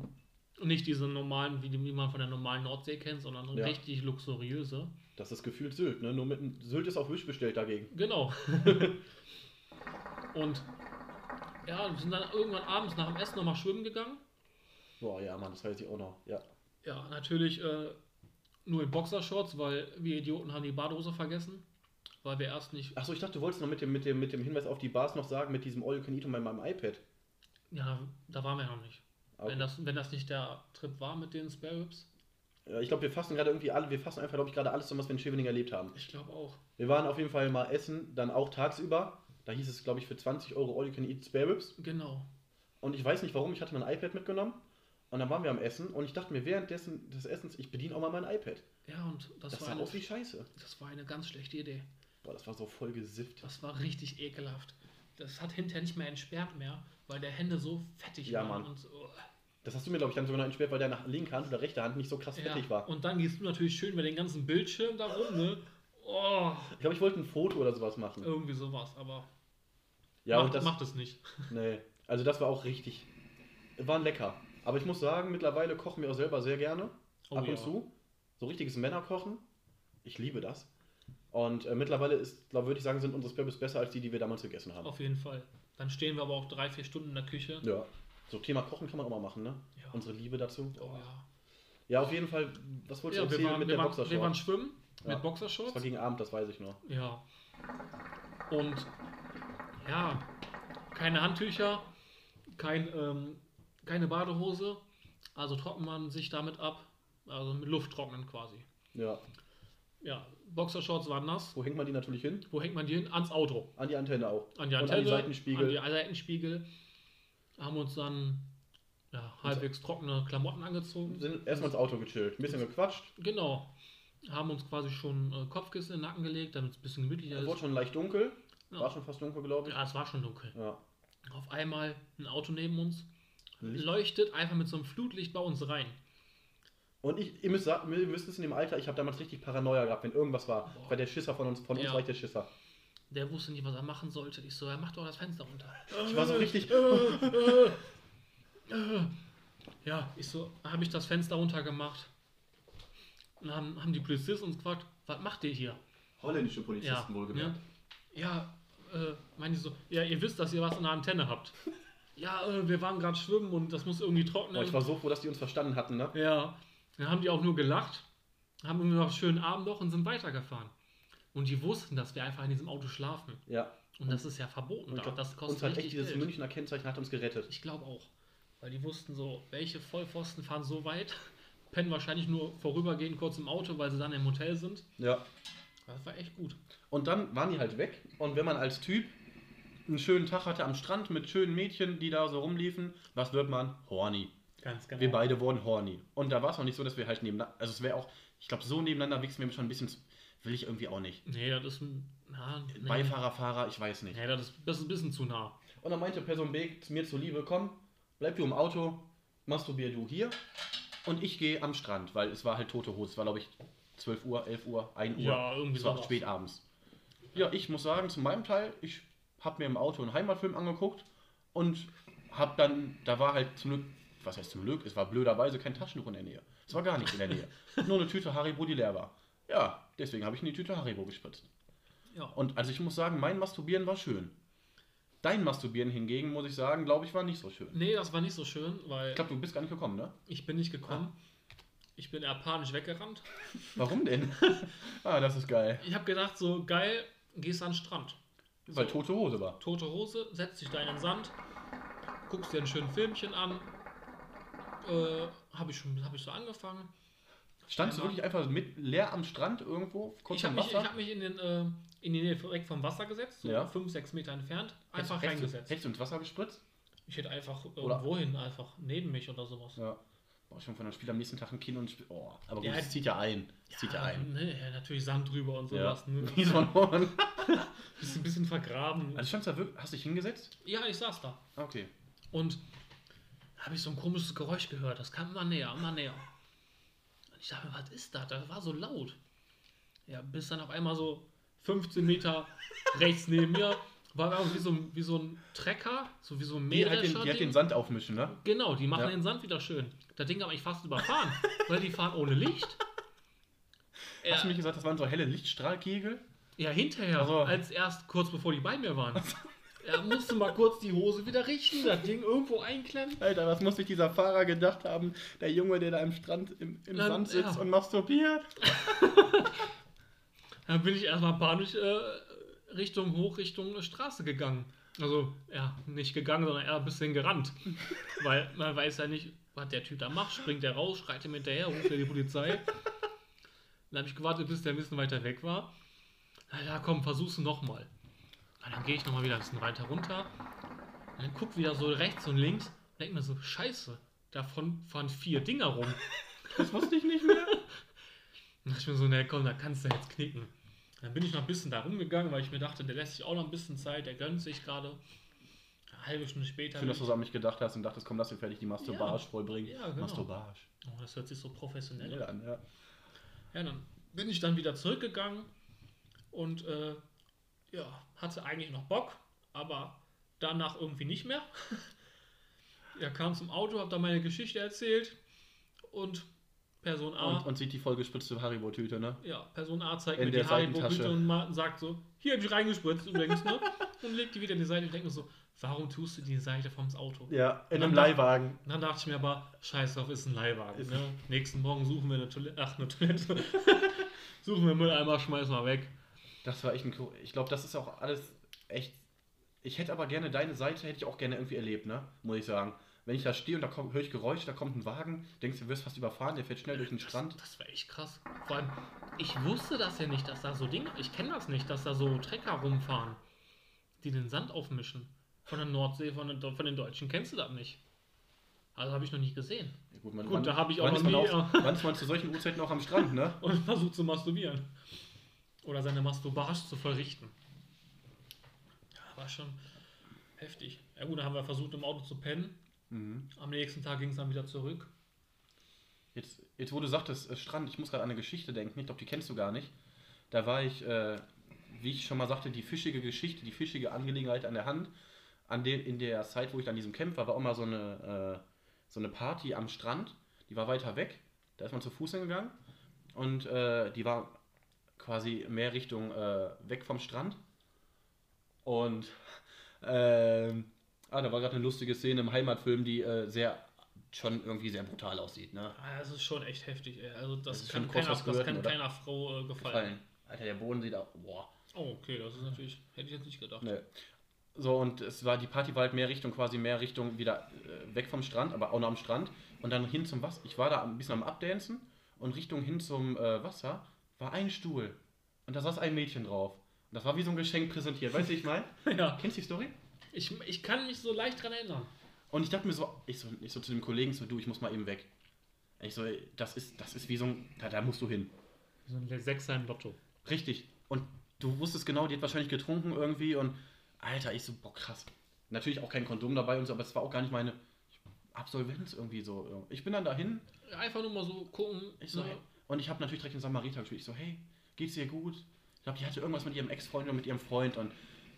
Und nicht diese normalen, wie die wie man von der normalen Nordsee kennt, sondern so Ja. richtig luxuriöse. Das ist gefühlt Sylt, ne? Nur mit einem- Sylt ist auf Wisch bestellt dagegen. Genau. Und ja, wir sind dann irgendwann abends nach dem Essen nochmal schwimmen gegangen. Boah ja, Mann, das weiß ich auch noch. Ja. Ja, natürlich äh, nur in Boxershorts, weil wir Idioten haben die Badehose vergessen. Weil wir erst nicht. Achso, ich dachte, du wolltest noch mit dem, mit dem, mit dem Hinweis auf die Bars noch sagen, mit diesem All You Can Eat und bei meinem iPad. Ja, da waren wir noch nicht. Aber- Wenn, das, wenn das nicht der Trip war mit den Spare Ribs. Ja, ich glaube, wir fassen gerade irgendwie alle, wir fassen einfach, glaube ich, gerade alles zusammen, was wir in Scheveningen erlebt haben. Ich glaube auch. Wir waren auf jeden Fall mal essen, dann auch tagsüber. Da hieß es, glaube ich, für 20 Euro All You Can Eat Spare Ribs. Genau. Und ich weiß nicht warum, ich hatte mein iPad mitgenommen. Und dann waren wir am Essen und ich dachte mir währenddessen des Essens, ich bediene auch mal mein iPad. Ja, und das, Das war, sah eine, aus wie Scheiße. das war eine ganz schlechte Idee. Boah, das war so voll gesifft. Das war richtig ekelhaft. Das hat hinterher nicht mehr entsperrt mehr, weil der Hände so fettig Ja, waren. Mann. Und, oh. Das hast du mir, glaube ich, dann sogar noch entsperrt, weil deine linke Hand oder rechte Hand nicht so krass Ja, fettig war. Und dann gehst du natürlich schön über den ganzen Bildschirm da rum, ne? Oh, Ich glaube, ich wollte ein Foto oder sowas machen. irgendwie sowas, aber Ja, macht, und das. macht es nicht. Nee. Also, das war auch richtig. Waren lecker. Aber ich muss sagen, mittlerweile kochen wir auch selber sehr gerne. Oh ab und ja. zu. So richtiges Männerkochen. Ich liebe das. Und äh, mittlerweile ist, glaube würde ich sagen, sind unsere Sparrows besser als die, die wir damals gegessen haben. Auf jeden Fall. Dann stehen wir aber auch drei, vier Stunden in der Küche. Ja. So Thema Kochen kann man auch mal machen, ne? Ja. Unsere Liebe dazu. Oh ja. Ja, auf jeden Fall, was wolltest ja du wir, erzählen waren, mit wir, der waren, wir waren Boxershort? schwimmen Ja. mit Das Boxershorts. war gegen Abend, das weiß ich noch. Ja. Und ja, keine Handtücher, kein, ähm, keine Badehose. Also trocknet man sich damit ab. Also mit Luft trocknen quasi. Ja. Ja, Boxershorts waren nass. Wo hängt man die natürlich hin? Wo hängt man die hin? Ans Auto. An die Antenne auch. an die Und Antenne, an die Seitenspiegel. an die Seitenspiegel, haben uns dann ja, halbwegs trockene Klamotten angezogen. sind erstmal ins Auto gechillt, ein bisschen gequatscht. Genau. Haben uns quasi schon äh, Kopfkissen in den Nacken gelegt, damit es ein bisschen gemütlicher Es wurde ist. schon leicht dunkel. Ja. War schon fast dunkel, glaube ich. Ja, es war schon dunkel. Ja. Auf einmal ein Auto neben uns Licht. leuchtet einfach mit so einem Flutlicht bei uns rein. Und ich, ihr müsst, sagen, ihr müsst wissen, in dem Alter, ich habe damals richtig Paranoia gehabt, wenn irgendwas war. Boah. Weil der Schisser von uns, von uns Ja. war ich der Schisser. Der wusste nicht, was er machen sollte. Ich so, er macht doch das Fenster runter. Äh, Ich war so richtig. Ja, ich so, habe ich das Fenster runter gemacht. Und haben, haben die Polizisten uns gefragt, was macht ihr hier? Holländische Polizisten Ja, wohlgemerkt. Ja, ja äh, meine ich so, ja, ihr wisst, dass ihr was an der Antenne habt. ja, äh, wir waren gerade schwimmen und das muss irgendwie trocknen. Boah, ich war so froh, dass die uns verstanden hatten, ne? ja, dann haben die auch nur gelacht, haben irgendwie noch einen schönen Abend noch und sind weitergefahren. Und die wussten, dass wir einfach in diesem Auto schlafen. Ja. Und das ist ja verboten. Und ich da. glaub, das uns kostet hat echt richtig dieses Geld. Münchner Kennzeichen hat uns gerettet. Ich glaube auch. Weil die wussten so, welche Vollpfosten fahren so weit, pennen wahrscheinlich nur vorübergehend kurz im Auto, weil sie dann im Hotel sind. Ja. Das war echt gut. Und dann waren die halt weg. Und wenn man als Typ einen schönen Tag hatte am Strand mit schönen Mädchen, die da so rumliefen, was wird man? Horny. Ganz genau. Wir beide wurden horny. Und da war es noch nicht so, dass wir halt nebeneinander. Also es wäre auch, ich glaube, so nebeneinander wichsen wir schon ein bisschen. zu- Will ich irgendwie auch nicht. Nee, das ist ein. Na, nee. Beifahrer, Fahrer, ich weiß nicht. Nee, das ist, das ist ein bisschen zu nah. Und dann meinte Person B zu mir zuliebe, komm, bleib du im Auto, masturbier du hier. Und ich gehe am Strand, weil es war halt tote Hose. Es war, glaube ich, 12 Uhr, 11 Uhr, 1 Uhr. Ja, irgendwie Es war sowas. spät abends. Ja, ich muss sagen, zu meinem Teil, ich habe mir im Auto einen Heimatfilm angeguckt und hab dann, da war halt zum Glück, was heißt zum Glück, es war blöderweise kein Taschentuch in der Nähe. Es war gar nichts in der Nähe. Nur eine Tüte Haribo, die leer war. Ja, deswegen habe ich in die Tüte Haribo gespritzt. Ja. Und also ich muss sagen, mein Masturbieren war schön. Dein Masturbieren hingegen, muss ich sagen, glaube ich, war nicht so schön. Nee, das war nicht so schön, weil Ich glaube, du bist gar nicht gekommen, ne? ich bin nicht gekommen. Ich bin eher panisch weggerannt. Warum denn? ah, das ist geil. Ich habe gedacht, so geil, gehst an den Strand. Weil tote Hose war. Tote Hose, setzt dich da in den Sand, guckst dir einen schönen Filmchen an. Äh, habe ich schon, habe ich so angefangen. Standst du Einmal. wirklich einfach mit leer am Strand irgendwo, kurz ich am habe mich, ich Wasser? hab mich in, den, äh, in die Nähe direkt vom Wasser gesetzt, so Ja. 5, 6 Meter entfernt, Hättest- einfach hättest du- reingesetzt. Hättest du ins Wasser gespritzt? Ich hätte einfach äh, Oder- wohin, einfach neben mich oder sowas. Ja. Boah, ich bin von einem Spiel am nächsten Tag ein Kino und Spiel. Oh, aber gut, Ja, es zieht ja ein. Es zieht ja ein. Ne, ja, natürlich Sand drüber und Ja. sowas. Ne? Wie so ein Horn. Bist ein bisschen vergraben. Also standst du da wirklich. Hast du dich hingesetzt? Ja, ich saß da. Ah, Okay. Und habe ich so ein komisches Geräusch gehört. Das kam immer näher, immer näher. Und ich dachte mir, was ist das? Das war so laut. Ja, bis dann auf einmal so 15 Meter rechts neben mir war war wie so, ein- wie so ein Trecker, so wie so ein Die hat, den, die hat den Mähdrescher-Ding. Sand aufmischen, ne? Genau, die machen Ja. den Sand wieder schön. Das Ding habe ich fast überfahren, weil die fahren ohne Licht. Ja, Hast du mich gesagt, das waren so helle Lichtstrahlkegel? ja hinterher, Ach so. als erst kurz bevor die bei mir waren. Er musste mal kurz die Hose wieder richten, das Ding irgendwo einklemmen. Alter, was muss sich dieser Fahrer gedacht haben? Der Junge, der da am Strand im, im Na, Sand sitzt ja. und masturbiert. Dann bin ich erstmal panisch äh, Richtung hoch, Richtung Straße gegangen. Also, ja, nicht gegangen, sondern eher ein bisschen gerannt. Weil man weiß ja nicht, was der Typ da macht. Springt der raus, schreit ihm hinterher, ruft er die Polizei. Dann habe ich gewartet, bis der ein bisschen weiter weg war. Na ja, komm, versuch's nochmal. Dann gehe ich nochmal wieder ein bisschen weiter runter. Und dann guck wieder so rechts und links. Denk mir so, scheiße, davon fahren vier Dinger rum. Das wusste ich nicht mehr. Dann dachte ich mir so, na komm, da kannst du jetzt knicken. Dann bin ich noch ein bisschen da rumgegangen, weil ich mir dachte, der lässt sich auch noch ein bisschen Zeit, der gönnt sich gerade. Eine halbe Stunde später. Schön, dass du so an mich gedacht hast und dachtest, komm, lass mir fertig die Masturbage Ja. vollbringen. Ja, genau. Masturbage. oh, das hört sich so professionell an. Ja, ja. Ja, dann bin ich dann wieder zurückgegangen und äh, ja, hatte eigentlich noch Bock, aber danach irgendwie nicht mehr. ja, kam zum Auto, hab da meine Geschichte erzählt und Person A. Und, und sieht die vollgespritzte Haribo-Tüte, ne? Ja, Person A zeigt In mir der die Haribo-Tüte Seitentasche. und ma- sagt so, hier hab ich reingespritzt übrigens, ne? Und legt die wieder in die Seite und denkt mir so, warum tust du die Seite vom Auto? Ja, in Dann- einem Leihwagen. Und dann dachte ich mir aber, scheiß drauf, ist ein Leihwagen, Ist- ne? Nächsten Morgen suchen wir eine Toilette, ach, eine Toilette. suchen wir Mülleimer, schmeißen wir weg. Das war echt ein cool. Ich glaube, das ist auch alles echt. Ich hätte aber gerne deine Seite, hätte ich auch gerne irgendwie erlebt, ne? Muss ich sagen. Wenn ich da stehe und da höre ich Geräusche, da kommt ein Wagen, denkst du, wirst fast überfahren, der fährt schnell durch den Strand. Das, das war echt krass. Vor allem, ich wusste das ja nicht, dass da so Dinge, ich kenne das nicht, dass da so Trecker rumfahren, die den Sand aufmischen. Von der Nordsee, von den, von den Deutschen kennst du das nicht. Also habe ich noch nicht gesehen. Ja, Gut, man, Gut, da habe ich auch wann noch ist man nie- auch- Wann ist man zu solchen Uhrzeiten auch am Strand, ne? und versucht zu masturbieren. Oder seine Masturbage zu verrichten. Ja, war schon heftig. Ja gut, dann haben wir versucht im Auto zu pennen. Mhm. Am nächsten Tag ging es dann wieder zurück. Jetzt, jetzt, wo du sagtest, äh, Strand, ich muss gerade an eine Geschichte denken, ich glaube, die kennst du gar nicht. Da war ich, äh, wie ich schon mal sagte, die fischige Geschichte, die fischige Angelegenheit an der Hand. An den, in der Zeit, wo ich an diesem Camp war, war auch mal so eine, äh, so eine Party am Strand. Die war weiter weg, da ist man zu Fuß hingegangen. Und äh, die war quasi mehr Richtung äh, weg vom Strand. Und ähm, ah, da war gerade eine lustige Szene im Heimatfilm, die äh, sehr schon irgendwie sehr brutal aussieht. Ne? Ah, das ist schon echt heftig. Ey. Also das, Das ist kann, schon kurz keiner, was gehört, das kann oder? keiner Frau äh, gefallen. gefallen. Alter, der Boden sieht auch. Boah. Oh, okay, das ist natürlich, hätte ich jetzt nicht gedacht. Ne. So, und es war die Party war halt mehr Richtung, quasi mehr Richtung wieder äh, weg vom Strand, aber auch noch am Strand. Und dann hin zum Wasser. Ich war da ein bisschen am Abdancen und Richtung hin zum äh, Wasser war ein Stuhl. Und da saß ein Mädchen drauf. Und das war wie so ein Geschenk präsentiert. Weißt du, wie ich meine? ja, Kennst du die Story? ich, ich kann mich so leicht dran erinnern. Und ich dachte mir so, ich so, ich so zu dem Kollegen, so du, ich muss mal eben weg. Ich so, ey, das ist, das ist wie so ein, da, da musst du hin. So ein Sechser im Lotto. Richtig. Und du wusstest genau, die hat wahrscheinlich getrunken irgendwie und Alter, ich so, boah, krass. Natürlich auch kein Kondom dabei und so, aber es war auch gar nicht meine Absolvenz irgendwie so. Ich bin dann dahin Einfach nur mal so gucken. ich so, ne? hey. und ich habe natürlich direkt den Samariter gespielt. Ich so, hey, geht's dir gut? Ich glaube, die hatte irgendwas mit ihrem Ex-Freund oder mit ihrem Freund und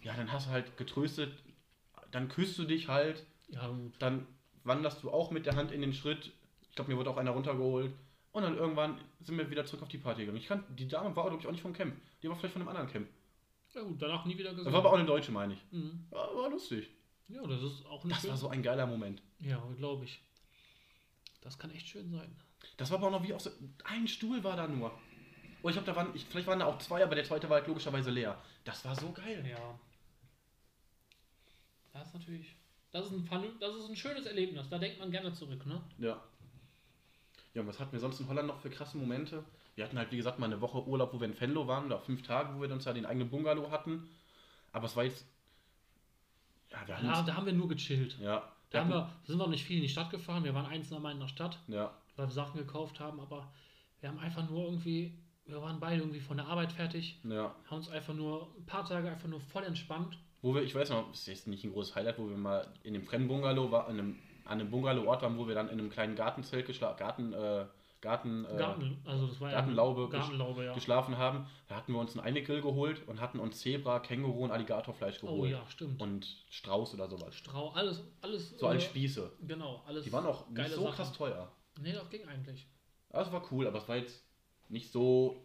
ja, dann hast du halt getröstet, dann küsst du dich halt, Ja, gut. dann wanderst du auch mit der Hand in den Schritt. Ich glaube, mir wurde auch einer runtergeholt. Und dann irgendwann sind wir wieder zurück auf die Party gegangen. Ich kann, die Dame war, glaube ich, auch nicht vom Camp. Die war vielleicht von einem anderen Camp. Ja, gut, danach nie wieder Das gesehen. war aber auch eine Deutsche, meine ich. Mhm. War, war lustig. Ja, das ist auch nicht Das war so ein geiler Moment. Ja, glaube ich. Das kann echt schön sein. Das war aber auch noch wie auf so. Ein Stuhl war da nur. Und ich glaube, da waren. Ich, vielleicht waren da auch zwei, aber der zweite war halt logischerweise leer. Das war so geil. Ja. Das ist natürlich. Das ist ein, vernün- das ist ein schönes Erlebnis. Da denkt man gerne zurück, ne? Ja. Ja, und was hatten wir sonst in Holland noch für krasse Momente? Wir hatten halt, wie gesagt, mal eine Woche Urlaub, wo wir in Venlo waren, oder fünf Tage, wo wir uns ja den eigenen Bungalow hatten. Aber es war jetzt. Ja, wir hatten. Da, da haben wir nur gechillt. ja, Da wir haben hatten, wir, sind wir auch nicht viel in die Stadt gefahren. Wir waren einzeln einmal in der Stadt, ja, weil wir Sachen gekauft haben, aber wir haben einfach nur irgendwie, wir waren beide irgendwie von der Arbeit fertig, ja. haben uns einfach nur ein paar Tage einfach nur voll entspannt. Wo wir, ich weiß noch, das ist jetzt nicht ein großes Highlight, wo wir mal in dem fremden Bungalow war, in einem, an einem Bungalow-Ort waren, wo wir dann in einem kleinen Gartenzelt geschlafen, Garten, äh, Garten, äh, Garten, also das war ja- Gartenlaube, Gartenlaube, ja. geschlafen haben. Da hatten wir uns einen Einiggrill geholt und hatten uns Zebra, Känguru und Alligatorfleisch Oh geholt. ja, stimmt. Und Strauß oder sowas. Strau, alles, alles. So als äh, Spieße. Genau, alles. Die waren auch nicht geile so Sachen. krass teuer. Nee, doch, ging eigentlich. Aber es war cool, aber es war jetzt nicht so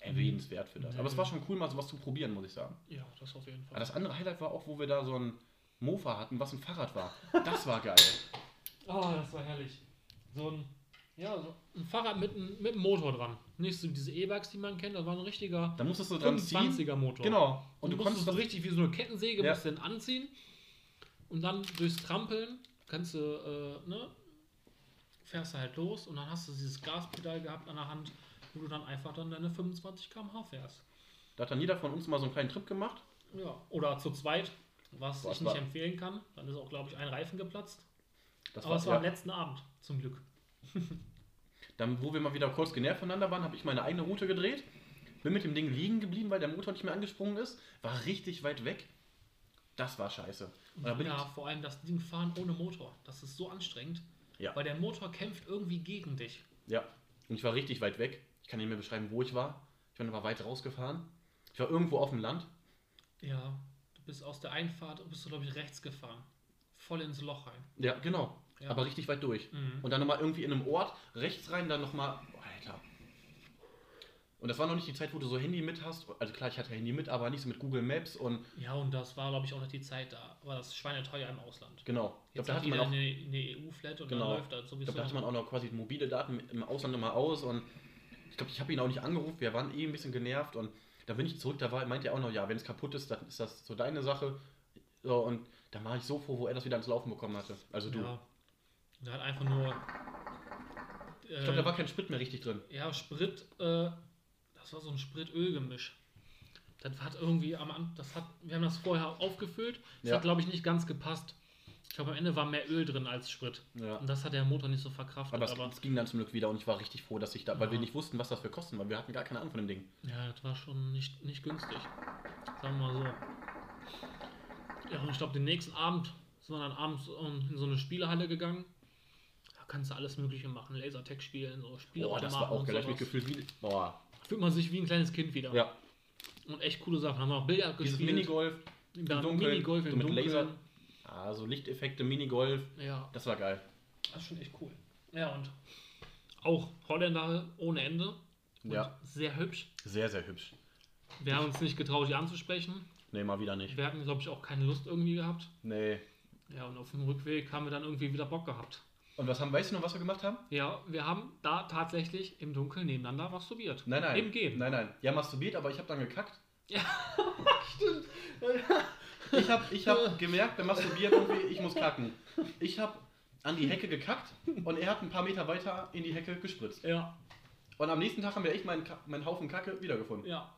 erwähnenswert für das. Nee. Aber es war schon cool, mal sowas zu probieren, muss ich sagen. Ja, das auf jeden Aber Fall. das andere Highlight war auch, wo wir da so ein Mofa hatten, was ein Fahrrad war. Das war geil. Oh, das war herrlich. So ein, ja, so ein Fahrrad mit, einem- mit einem Motor dran. Nicht so diese E-Bikes, die man kennt, das war ein richtiger Da musstest du dran ziehen. 25er Motor. Genau. Und du, konntest musstest das so richtig wie so eine Kettensäge Ja. musst du den anziehen und dann durchs Trampeln kannst du, äh, ne, fährst du halt los und dann hast du dieses Gaspedal gehabt an der Hand, wo du dann einfach dann deine 25 km/h fährst. Da hat dann jeder von uns mal so einen kleinen Trip gemacht. Ja. Oder zu zweit, was Boah, ich es nicht war- empfehlen kann. Dann ist auch, glaube ich, ein Reifen geplatzt. Das Aber es war am ja. letzten Abend, zum Glück. Dann, wo wir mal wieder kurz genervt voneinander waren, habe ich meine eigene Route gedreht. Bin mit dem Ding liegen geblieben, weil der Motor nicht mehr angesprungen ist. War richtig weit weg. Das war scheiße. Und da bin ja, vor allem das Ding fahren ohne Motor. Das ist so anstrengend, Ja. weil der Motor kämpft irgendwie gegen dich. ich, ja. Und ich war richtig weit weg. Ich kann nicht mehr beschreiben, wo ich war. Ich bin aber weit rausgefahren. Ich war irgendwo auf dem Land. Ja, du bist aus der Einfahrt, bist du, glaube ich, rechts gefahren. Voll ins Loch rein. Ja, genau. Ja. Aber richtig weit durch. Mhm. Und dann nochmal irgendwie in einem Ort rechts rein, dann nochmal. Alter. Und das war noch nicht die Zeit, wo du so Handy mit hast. Also klar, ich hatte Handy mit, aber nicht so mit Google Maps und Ja, und das war, glaube ich, auch noch die Zeit, da war das schweineteuer im Ausland. genau. Ich glaube, Jetzt da, hat hatte jeder man auch- eine, eine EU-Flat und Genau. dann läuft das ich sowieso. glaub, da hatte man auch noch quasi mobile Daten im Ausland immer aus und ich glaube, ich habe ihn auch nicht angerufen. Wir waren eh ein bisschen genervt und da bin ich zurück. Da war, meinte er auch noch, ja, wenn es kaputt ist, dann ist das so deine Sache. So, und da war ich so froh, wo er das wieder ans Laufen bekommen hatte. Also du. ja. Da hat einfach nur. Ich glaube, da äh, war kein Sprit mehr richtig drin. Ja, Sprit, äh, das war so ein Sprit-Öl-Gemisch. Das hat irgendwie am Anfang, das hat, wir haben das vorher aufgefüllt. Das Ja. hat, glaube ich, nicht ganz gepasst. Ich glaube, am Ende war mehr Öl drin als Sprit. Ja. Und das hat der Motor nicht so verkraftet. Aber Aber, es, es ging dann zum Glück wieder und ich war richtig froh, dass ich da, weil Ja. wir nicht wussten, was das für Kosten waren. Wir hatten gar keine Ahnung von dem Ding. ja, das war schon nicht, nicht günstig. Sagen wir mal so. Ja, und ich glaube, den nächsten Abend sind wir dann abends ähm, in so eine Spielehalle gegangen. Da kannst du alles Mögliche machen. Lasertag spielen, so Boah, das Spielautomaten war auch und gleich mit sowas. Gefühl wie. Boah. Fühlt man sich wie ein kleines Kind wieder. Ja, Und echt coole Sachen. Haben wir auch Billard dieses gespielt. Minigolf, Ja, Im Dunkeln, Minigolf im so mit Dunkeln. Laser. also Lichteffekte, Minigolf, Ja, das war geil. das ist schon echt cool. Ja, und auch Holländer ohne Ende. Und Ja, Sehr hübsch. sehr, sehr hübsch. Wir haben uns nicht getraut, die anzusprechen. Nee, mal wieder nicht. Wir hatten, glaube ich, auch keine Lust irgendwie gehabt. Nee. Ja, und auf dem Rückweg haben wir dann irgendwie wieder Bock gehabt. Und was haben, weißt du noch, was wir gemacht haben? Ja, wir haben da tatsächlich im Dunkeln nebeneinander masturbiert. Nein, nein. Im Gehen. Nein, nein. Ja, masturbiert, aber ich habe dann gekackt. Ja. Stimmt. Ich habe ich hab gemerkt, beim Masturbieren irgendwie, ich muss kacken. Ich habe an die Hecke gekackt und er hat ein paar Meter weiter in die Hecke gespritzt. Ja, Und am nächsten Tag haben wir echt meinen, Ka- meinen Haufen Kacke wiedergefunden. ja.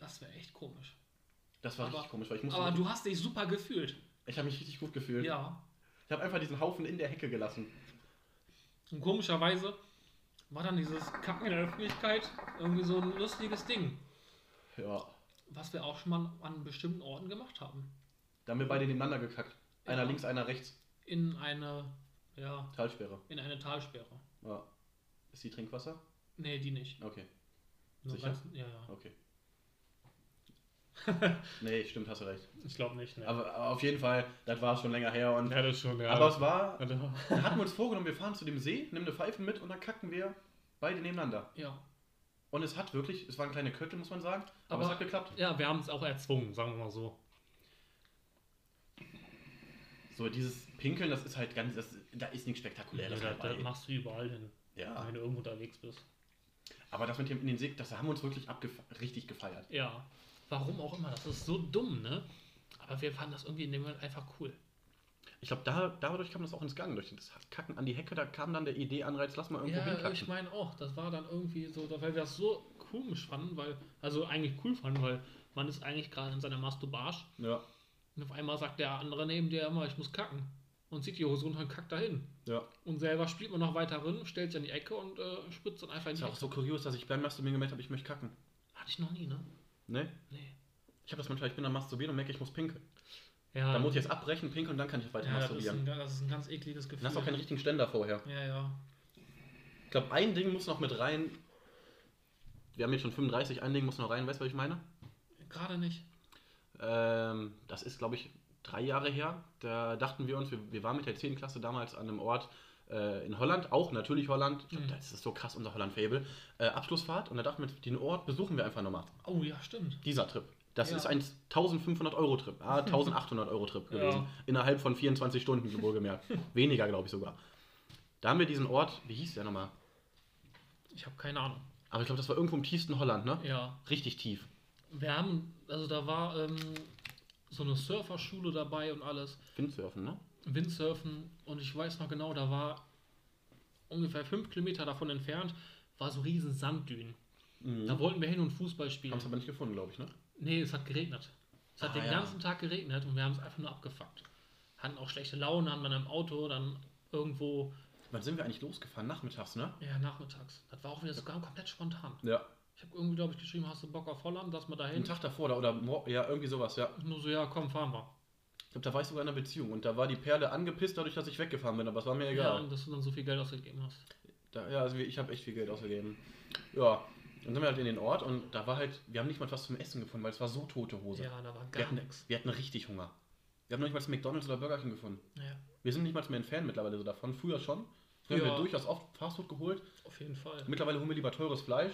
Das wäre echt komisch. Das war Aber- richtig komisch, weil ich musste Aber mich- du hast dich super gefühlt. Ich habe mich richtig gut gefühlt. Ja. Ich habe einfach diesen Haufen in der Hecke gelassen. Und komischerweise war dann dieses Kacken in der Öffentlichkeit irgendwie so ein lustiges Ding. Ja. Was wir auch schon mal an bestimmten Orten gemacht haben. Da haben wir beide nebeneinander gekackt. Einer Ja. links, einer rechts. In eine, ja, Talsperre. in eine Talsperre. Ja. Ist die Trinkwasser? Nee, die nicht. Okay. Nur Sicher? Ganz, ja, ja. Okay. Nee, stimmt, hast du recht. Ich glaube nicht, ne? Aber, aber auf jeden Fall, das war schon länger her. Und, ja, das ist schon, ja. aber es war, Also- da hatten wir uns vorgenommen, wir fahren zu dem See, nehmen eine Pfeife mit und dann kacken wir beide nebeneinander. ja. Und es hat wirklich, es waren kleine Köttel, muss man sagen, aber, Aber- es hat geklappt. ja, wir haben es auch erzwungen, sagen wir mal so. So, dieses Pinkeln, das ist halt ganz, das, da ist nichts Ja, Spektakuläres das, dabei. machst du überall hin, eh- ja, wenn du irgendwo unterwegs bist. aber das mit dem in den See, das haben wir uns wirklich abgef richtig gefeiert. Ja. Warum auch immer, das ist so dumm, ne? Aber wir fanden das irgendwie in dem Moment einfach cool. Ich glaube, da, dadurch kam das auch ins Gang. Durch das Kacken an die Hecke, da kam dann der Idee-Anreiz, lass mal irgendwo Ja, hinkacken. ich meine auch, das war dann irgendwie so, weil wir das so komisch fanden, weil, also eigentlich cool fanden, weil man ist eigentlich gerade in seiner Masturbage ja, und auf einmal sagt der andere neben dir immer, ich muss kacken. Und zieht die Hose runter und kackt dahin. ja. Und selber spielt man noch weiter rin, stellt sich an die Ecke und äh, spritzt dann einfach in Ist die ja auch Ecke. so kurios, dass ich beim Masturbieren gemerkt habe, ich möchte kacken. Hatte ich noch nie, ne? Ne? Nee. Ich habe das manchmal, ich bin am Masturbieren und merke, ich muss pinkeln. Ja, Dann muss ich jetzt abbrechen, pinkeln und dann kann ich weiter ja das, ist ein, masturbieren. das ist ein ganz ekliges Gefühl. Dann hast du auch keinen richtigen Ständer vorher. ja, ja. Ich glaube, ein Ding muss noch mit rein. Wir haben jetzt schon 35, ein Ding muss noch rein, weißt du, was ich meine? Gerade nicht. Ähm, das ist, glaube ich, drei Jahre her. Da dachten wir uns, wir, wir waren mit der 10. Klasse damals an einem Ort äh, in Holland, auch natürlich Holland. Ich glaub, Mhm. Das ist so krass, unser Holland-Fable. Äh, Abschlussfahrt und da dachten wir, den Ort besuchen wir einfach nochmal. Oh ja, stimmt. Dieser Trip. Das Ja. ist ein 1500-Euro-Trip, ah, 1800-Euro-Trip Ja. gewesen. Innerhalb von 24 Stunden, wohlgemerkt. Weniger, glaube ich sogar. Da haben wir diesen Ort, wie hieß der nochmal? Ich habe keine Ahnung. Aber ich glaube, das war irgendwo im tiefsten Holland, ne? Ja. Richtig tief. Wir haben, also da war ähm, so eine Surferschule dabei und alles, Windsurfen, ne? Windsurfen und ich weiß noch genau, da war ungefähr fünf Kilometer davon entfernt, war so riesen Sanddünen. Da Mhm. wollten wir hin und Fußball spielen. Haben es aber nicht gefunden, glaube ich, ne? Nee, es hat geregnet. Es hat Ah, den ja. ganzen Tag geregnet und wir haben es einfach nur abgefuckt. Hatten auch schlechte Laune, haben dann im Auto, dann irgendwo, Wann sind wir eigentlich losgefahren? Nachmittags, ne? ja, nachmittags. Das war auch wieder sogar komplett spontan. Ja. Ich habe irgendwie, glaube ich, geschrieben, hast du Bock auf Holland, lass mal Einen dahin. Tag davor oder, oder mor- ja, irgendwie sowas, ja. Nur so, ja, komm, fahren wir. Ich glaube, da war ich sogar in einer Beziehung und da war die Perle angepisst dadurch, dass ich weggefahren bin, aber es war mir Ja, egal. und dass du dann so viel Geld ausgegeben hast. Da, ja also ich habe echt viel Geld ausgegeben. Ja, dann sind wir halt in den Ort und da war halt, wir haben nicht mal was zum Essen gefunden, weil es war so tote Hose. Ja, da war wir, gar hatten, nichts. wir hatten richtig Hunger. Wir haben noch nicht mal McDonalds oder Burger King gefunden. Ja, Wir sind nicht mal mehr ein Fan mittlerweile so davon. Früher schon. Früher haben Ja. wir durchaus oft Fastfood geholt. auf jeden Fall. Mittlerweile holen wir lieber teures Fleisch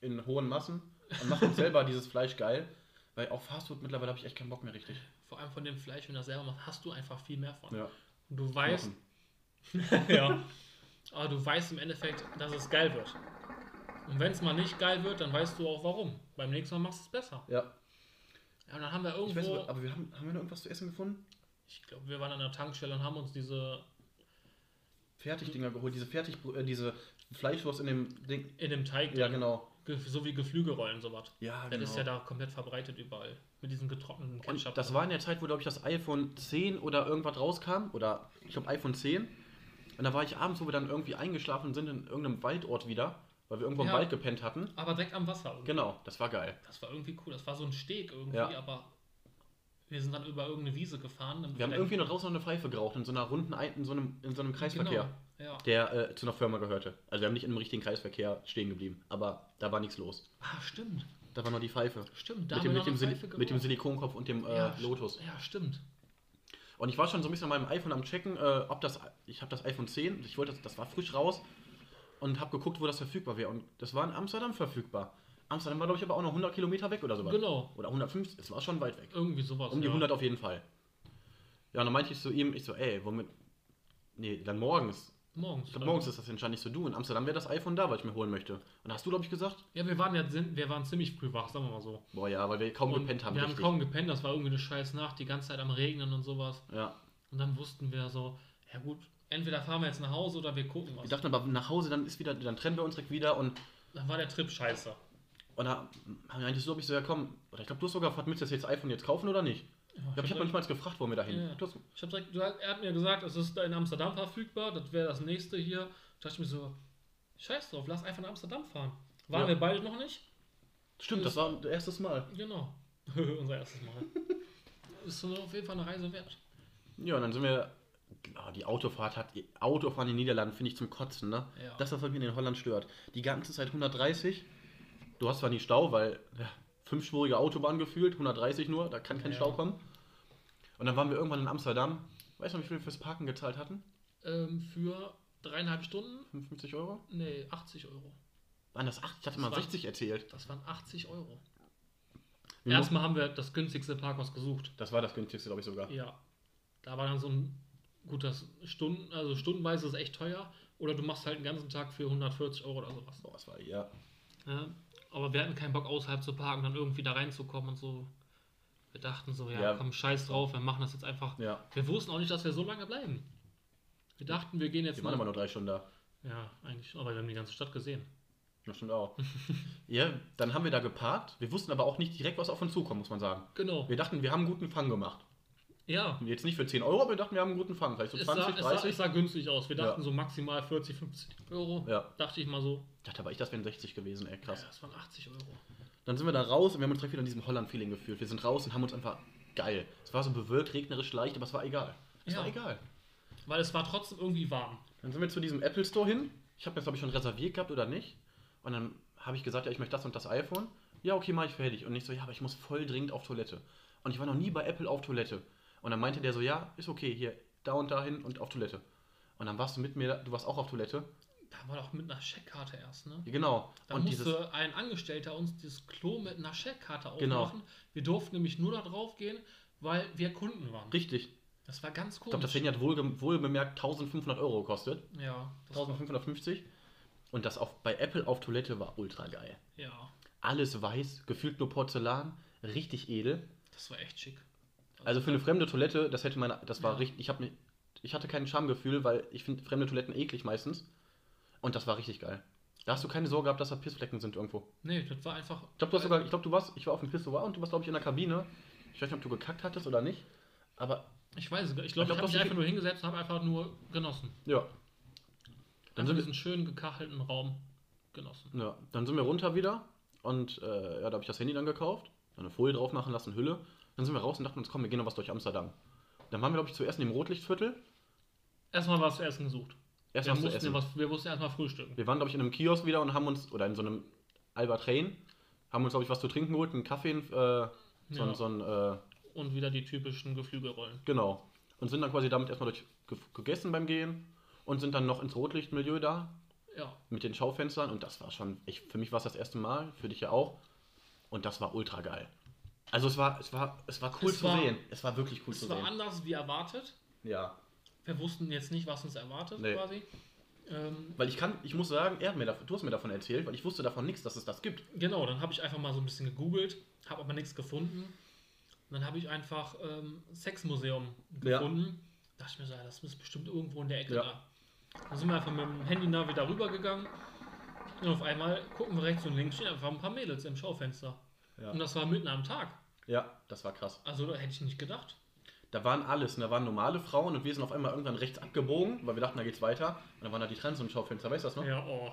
in hohen Massen und machen uns selber dieses Fleisch geil. Weil auch Fastfood mittlerweile habe ich echt keinen Bock mehr richtig. Vor allem von dem Fleisch, wenn du das selber machst, hast du einfach viel mehr von. Ja. Und du weißt, Knochen. ja, aber du weißt im Endeffekt, dass es geil wird. Und wenn es mal nicht geil wird, dann weißt du auch warum. Beim nächsten Mal machst du es besser. Ja. Ja, und dann haben wir Ich weiß nicht, irgendwo, aber wir haben, haben wir noch irgendwas zu essen gefunden? ich glaube, wir waren an der Tankstelle und haben uns diese Hm. Fertigdinger geholt, diese Fertig, äh, diese Fleischwurst in dem Ding. in dem Teig, Ja, genau. ge- so wie Geflügelrollen sowas. Ja, genau. Das ist ja da komplett verbreitet überall. Mit diesem getrockneten Ketchup. Und das war in der Zeit, wo, glaube ich, das iPhone 10 oder irgendwas rauskam. Oder ich glaube, iPhone 10. Und da war ich abends, wo wir dann irgendwie eingeschlafen sind, in irgendeinem Waldort wieder, weil wir irgendwo im Ja. Wald gepennt hatten. aber direkt am Wasser. irgendwie. Genau, das war geil. Das war irgendwie cool. Das war so ein Steg irgendwie, Ja. aber wir sind dann über irgendeine Wiese gefahren. Wir haben irgendwie noch draußen noch eine Pfeife geraucht, in so einer runden, Ein- in so einem, in so einem Kreisverkehr, Genau. Ja. der äh, zu einer Firma gehörte. Also wir haben nicht in einem richtigen Kreisverkehr stehen geblieben, aber da war nichts los. Ah, stimmt. Da war noch die Pfeife. Stimmt, Mit haben dem, wir mit, dem noch eine Sil Pfeife mit dem geraucht. Silikonkopf und dem äh, Ja, st- Lotus. Ja, stimmt. Und ich war schon so ein bisschen an meinem iPhone am checken, äh, ob das, ich habe das iPhone 10, ich wollte, das, das war frisch raus und habe geguckt, wo das verfügbar wäre. Und das war in Amsterdam verfügbar. Amsterdam war, glaube ich, aber auch noch 100 Kilometer weg oder sowas. Genau. Oder 150, es war schon weit weg. Irgendwie sowas. Um die ja. 100 auf jeden Fall. Ja, und dann meinte ich zu ihm, ich so, ey, womit, nee, dann morgens. Morgens. Ich glaube, morgens ist das entscheidend nicht so du. In Amsterdam wäre das iPhone da, weil ich mir holen möchte. Und da hast du, glaube ich, gesagt, Ja, wir waren ja sind, wir waren ziemlich früh wach, sagen wir mal so. boah ja, weil wir kaum Und gepennt haben. wir haben richtig. kaum gepennt, das war irgendwie eine scheiß Nacht, die ganze Zeit am Regnen und sowas. ja. Und dann wussten wir so, ja gut, entweder fahren wir jetzt nach Hause oder wir gucken was. Wir dachten aber nach Hause, dann ist wieder, dann trennen wir uns direkt wieder und Dann war der Trip scheiße. Und da meintest du, ob ich so, ja komm, oder ich glaube, du hast sogar gefragt, willst du das jetzt iPhone jetzt kaufen oder nicht? Ich glaube, ich habe manchmal gefragt, wo wir da hin. Ja. Du hast- Ich hab direkt, du, hast- er hat mir gesagt, es ist da in Amsterdam verfügbar, das wäre das nächste hier. Da dachte ich mir so, scheiß drauf, lass einfach nach Amsterdam fahren. Waren Ja. wir beide noch nicht? Stimmt, das war das erste Mal. Genau. Unser erstes Mal. ist so auf jeden Fall eine Reise wert. Ja, und dann sind wir. Ah, die Autofahrt hat. Autofahren in den Niederlanden finde ich zum Kotzen, ne? Ja. Das, was mich in den Holland stört. Die ganze Zeit 130. Du hast zwar nie Stau, weil ja, fünfspurige Autobahn gefühlt, 130 nur, da kann kein Ja. Stau kommen. Und dann waren wir irgendwann in Amsterdam. Weißt du, wie viel wir fürs Parken gezahlt hatten? Ähm, für dreieinhalb Stunden? 55 Euro? Nee, 80 Euro. Waren das 8? Ich hatte Das mal waren- 60 erzählt. Mhm. Das waren 80 Euro. Wir Erstmal haben wir das günstigste Parkhaus gesucht. mussten- Das war das günstigste, glaube ich sogar. Ja. Da war dann so ein gutes Stunden, also stundenweise ist echt teuer. Oder du machst halt den ganzen Tag für 140 Euro oder sowas. Boah, das war ja. Ja. Aber wir hatten keinen Bock außerhalb zu parken, dann irgendwie da reinzukommen und so. Wir dachten so, ja, Ja. komm, scheiß drauf, wir machen das jetzt einfach. Ja. Wir wussten auch nicht, dass wir so lange bleiben. Wir dachten, wir gehen jetzt Wir waren aber mal. nur drei Stunden da. Ja, eigentlich, schon, aber wir haben die ganze Stadt gesehen. Das stimmt auch. ja, dann haben wir da geparkt. Wir wussten aber auch nicht direkt, was auf uns zukommt, muss man sagen. Genau. Wir dachten, wir haben einen guten Fang gemacht. Ja. Jetzt nicht für 10 Euro, aber wir dachten, wir haben einen guten Fang. Vielleicht so Es sah, 20, es, sah, 30. es sah günstig aus. Wir dachten Ja. so maximal 40, 50 Euro. Ja. Dachte ich mal so. Ich dachte aber, ich, das wären 60 gewesen, ey, krass. Ja, das waren 80 Euro. Dann sind wir da raus und wir haben uns direkt wieder in diesem Holland-Feeling gefühlt. Wir sind raus und haben uns einfach geil. Es war so bewölkt, regnerisch, leicht, aber es war egal. Es Ja. war egal. Weil es war trotzdem irgendwie warm. Dann sind wir zu diesem Apple Store hin. Ich habe jetzt, glaube ich, schon reserviert gehabt oder nicht. Und dann habe ich gesagt, ja, ich möchte das und das iPhone. Ja, okay, mache ich fertig. Und ich so, ja, aber ich muss voll dringend auf Toilette. Und ich war noch nie bei Apple auf Toilette. Und dann meinte der so, ja, ist okay, hier, da und dahin und auf Toilette. Und dann warst du mit mir, du warst auch auf Toilette. Da war doch mit einer Scheckkarte erst, ne? Ja, Genau. Da und musste dieses, ein Angestellter uns dieses Klo mit einer Scheckkarte Genau. aufmachen. Wir durften nämlich nur da drauf gehen, weil wir Kunden waren. richtig. Ich Das war ganz komisch. glaube, das Ding hat wohl, wohl bemerkt 1500 Euro gekostet. ja, das war, 1550. Und das auf, bei Apple auf Toilette war ultra geil. ja, Alles weiß, gefühlt nur Porzellan, richtig edel. das war echt schick. Also für eine fremde Toilette, das hätte meine, das war Ja. richtig, ich habe mich, ich hatte kein Schamgefühl, weil ich finde fremde Toiletten eklig meistens. Und das war richtig geil. Da hast du keine Sorge gehabt, dass da Pissflecken sind irgendwo. Nee, das war einfach. Ich glaube, du hast sogar, ich glaube, du warst, ich war auf dem Pissoir und du warst, glaube ich, in der Kabine. Ich weiß nicht, ob du gekackt hattest oder nicht. Aber Ich weiß es gar nicht. Ich glaube, Ich glaub, ich, habe das mich ist- einfach nur hingesetzt und habe einfach nur genossen. ja, Dann Dann sind in wir- diesen schönen gekachelten Raum genossen. Ja, dann sind wir runter wieder und äh, ja, da habe ich das Handy dann gekauft, dann eine Folie drauf machen lassen, Hülle. Dann sind wir raus und dachten uns, komm, wir gehen noch was durch Amsterdam. Dann waren wir, glaube ich, zuerst in dem Rotlichtviertel. Erstmal was zu essen gesucht. Erst Wir was zu mussten, ja essen. was, wir mussten erstmal frühstücken. Wir waren, glaube ich, in einem Kiosk wieder und haben uns, oder in so einem Albert Rain, haben uns, glaube ich, was zu trinken geholt, einen Kaffee, äh, so, ein Ja. so ein, äh, Und wieder die typischen Geflügelrollen. genau. Und sind dann quasi damit erstmal durch ge- gegessen beim Gehen und sind dann noch ins Rotlichtmilieu da, Ja, mit den Schaufenstern und das war schon, ich, für mich war es das erste Mal, für dich ja auch. Und das war ultra geil. Also es war, es war, es war cool Es zu war- sehen. Es war wirklich cool zu es war sehen. anders wie erwartet. Ja. Wir wussten jetzt nicht, was uns erwartet Nee. quasi. Ähm, Weil ich kann, ich muss sagen, er hat mir davon, du hast mir davon erzählt, weil ich wusste davon nichts, dass es das gibt. genau, dann habe ich einfach mal so ein bisschen gegoogelt, habe aber nichts gefunden. Und dann habe ich einfach ähm, Sexmuseum Ja. gefunden. Dachte ich mir so, ja, das ist bestimmt irgendwo in der Ecke Ja. da. Dann sind wir einfach mit dem Handy-Navi da rübergegangen. Und auf einmal gucken wir rechts und links, stehen einfach ein paar Mädels im Schaufenster. Ja. Und das war mitten am Tag. Ja, das war krass. Also da hätte ich nicht gedacht. Da waren alles, und da waren normale Frauen und wir sind auf einmal irgendwann rechts abgebogen, weil wir dachten, da geht's weiter. Und dann waren da die Trans und Schaufenster, weißt du das noch? Ja, oh.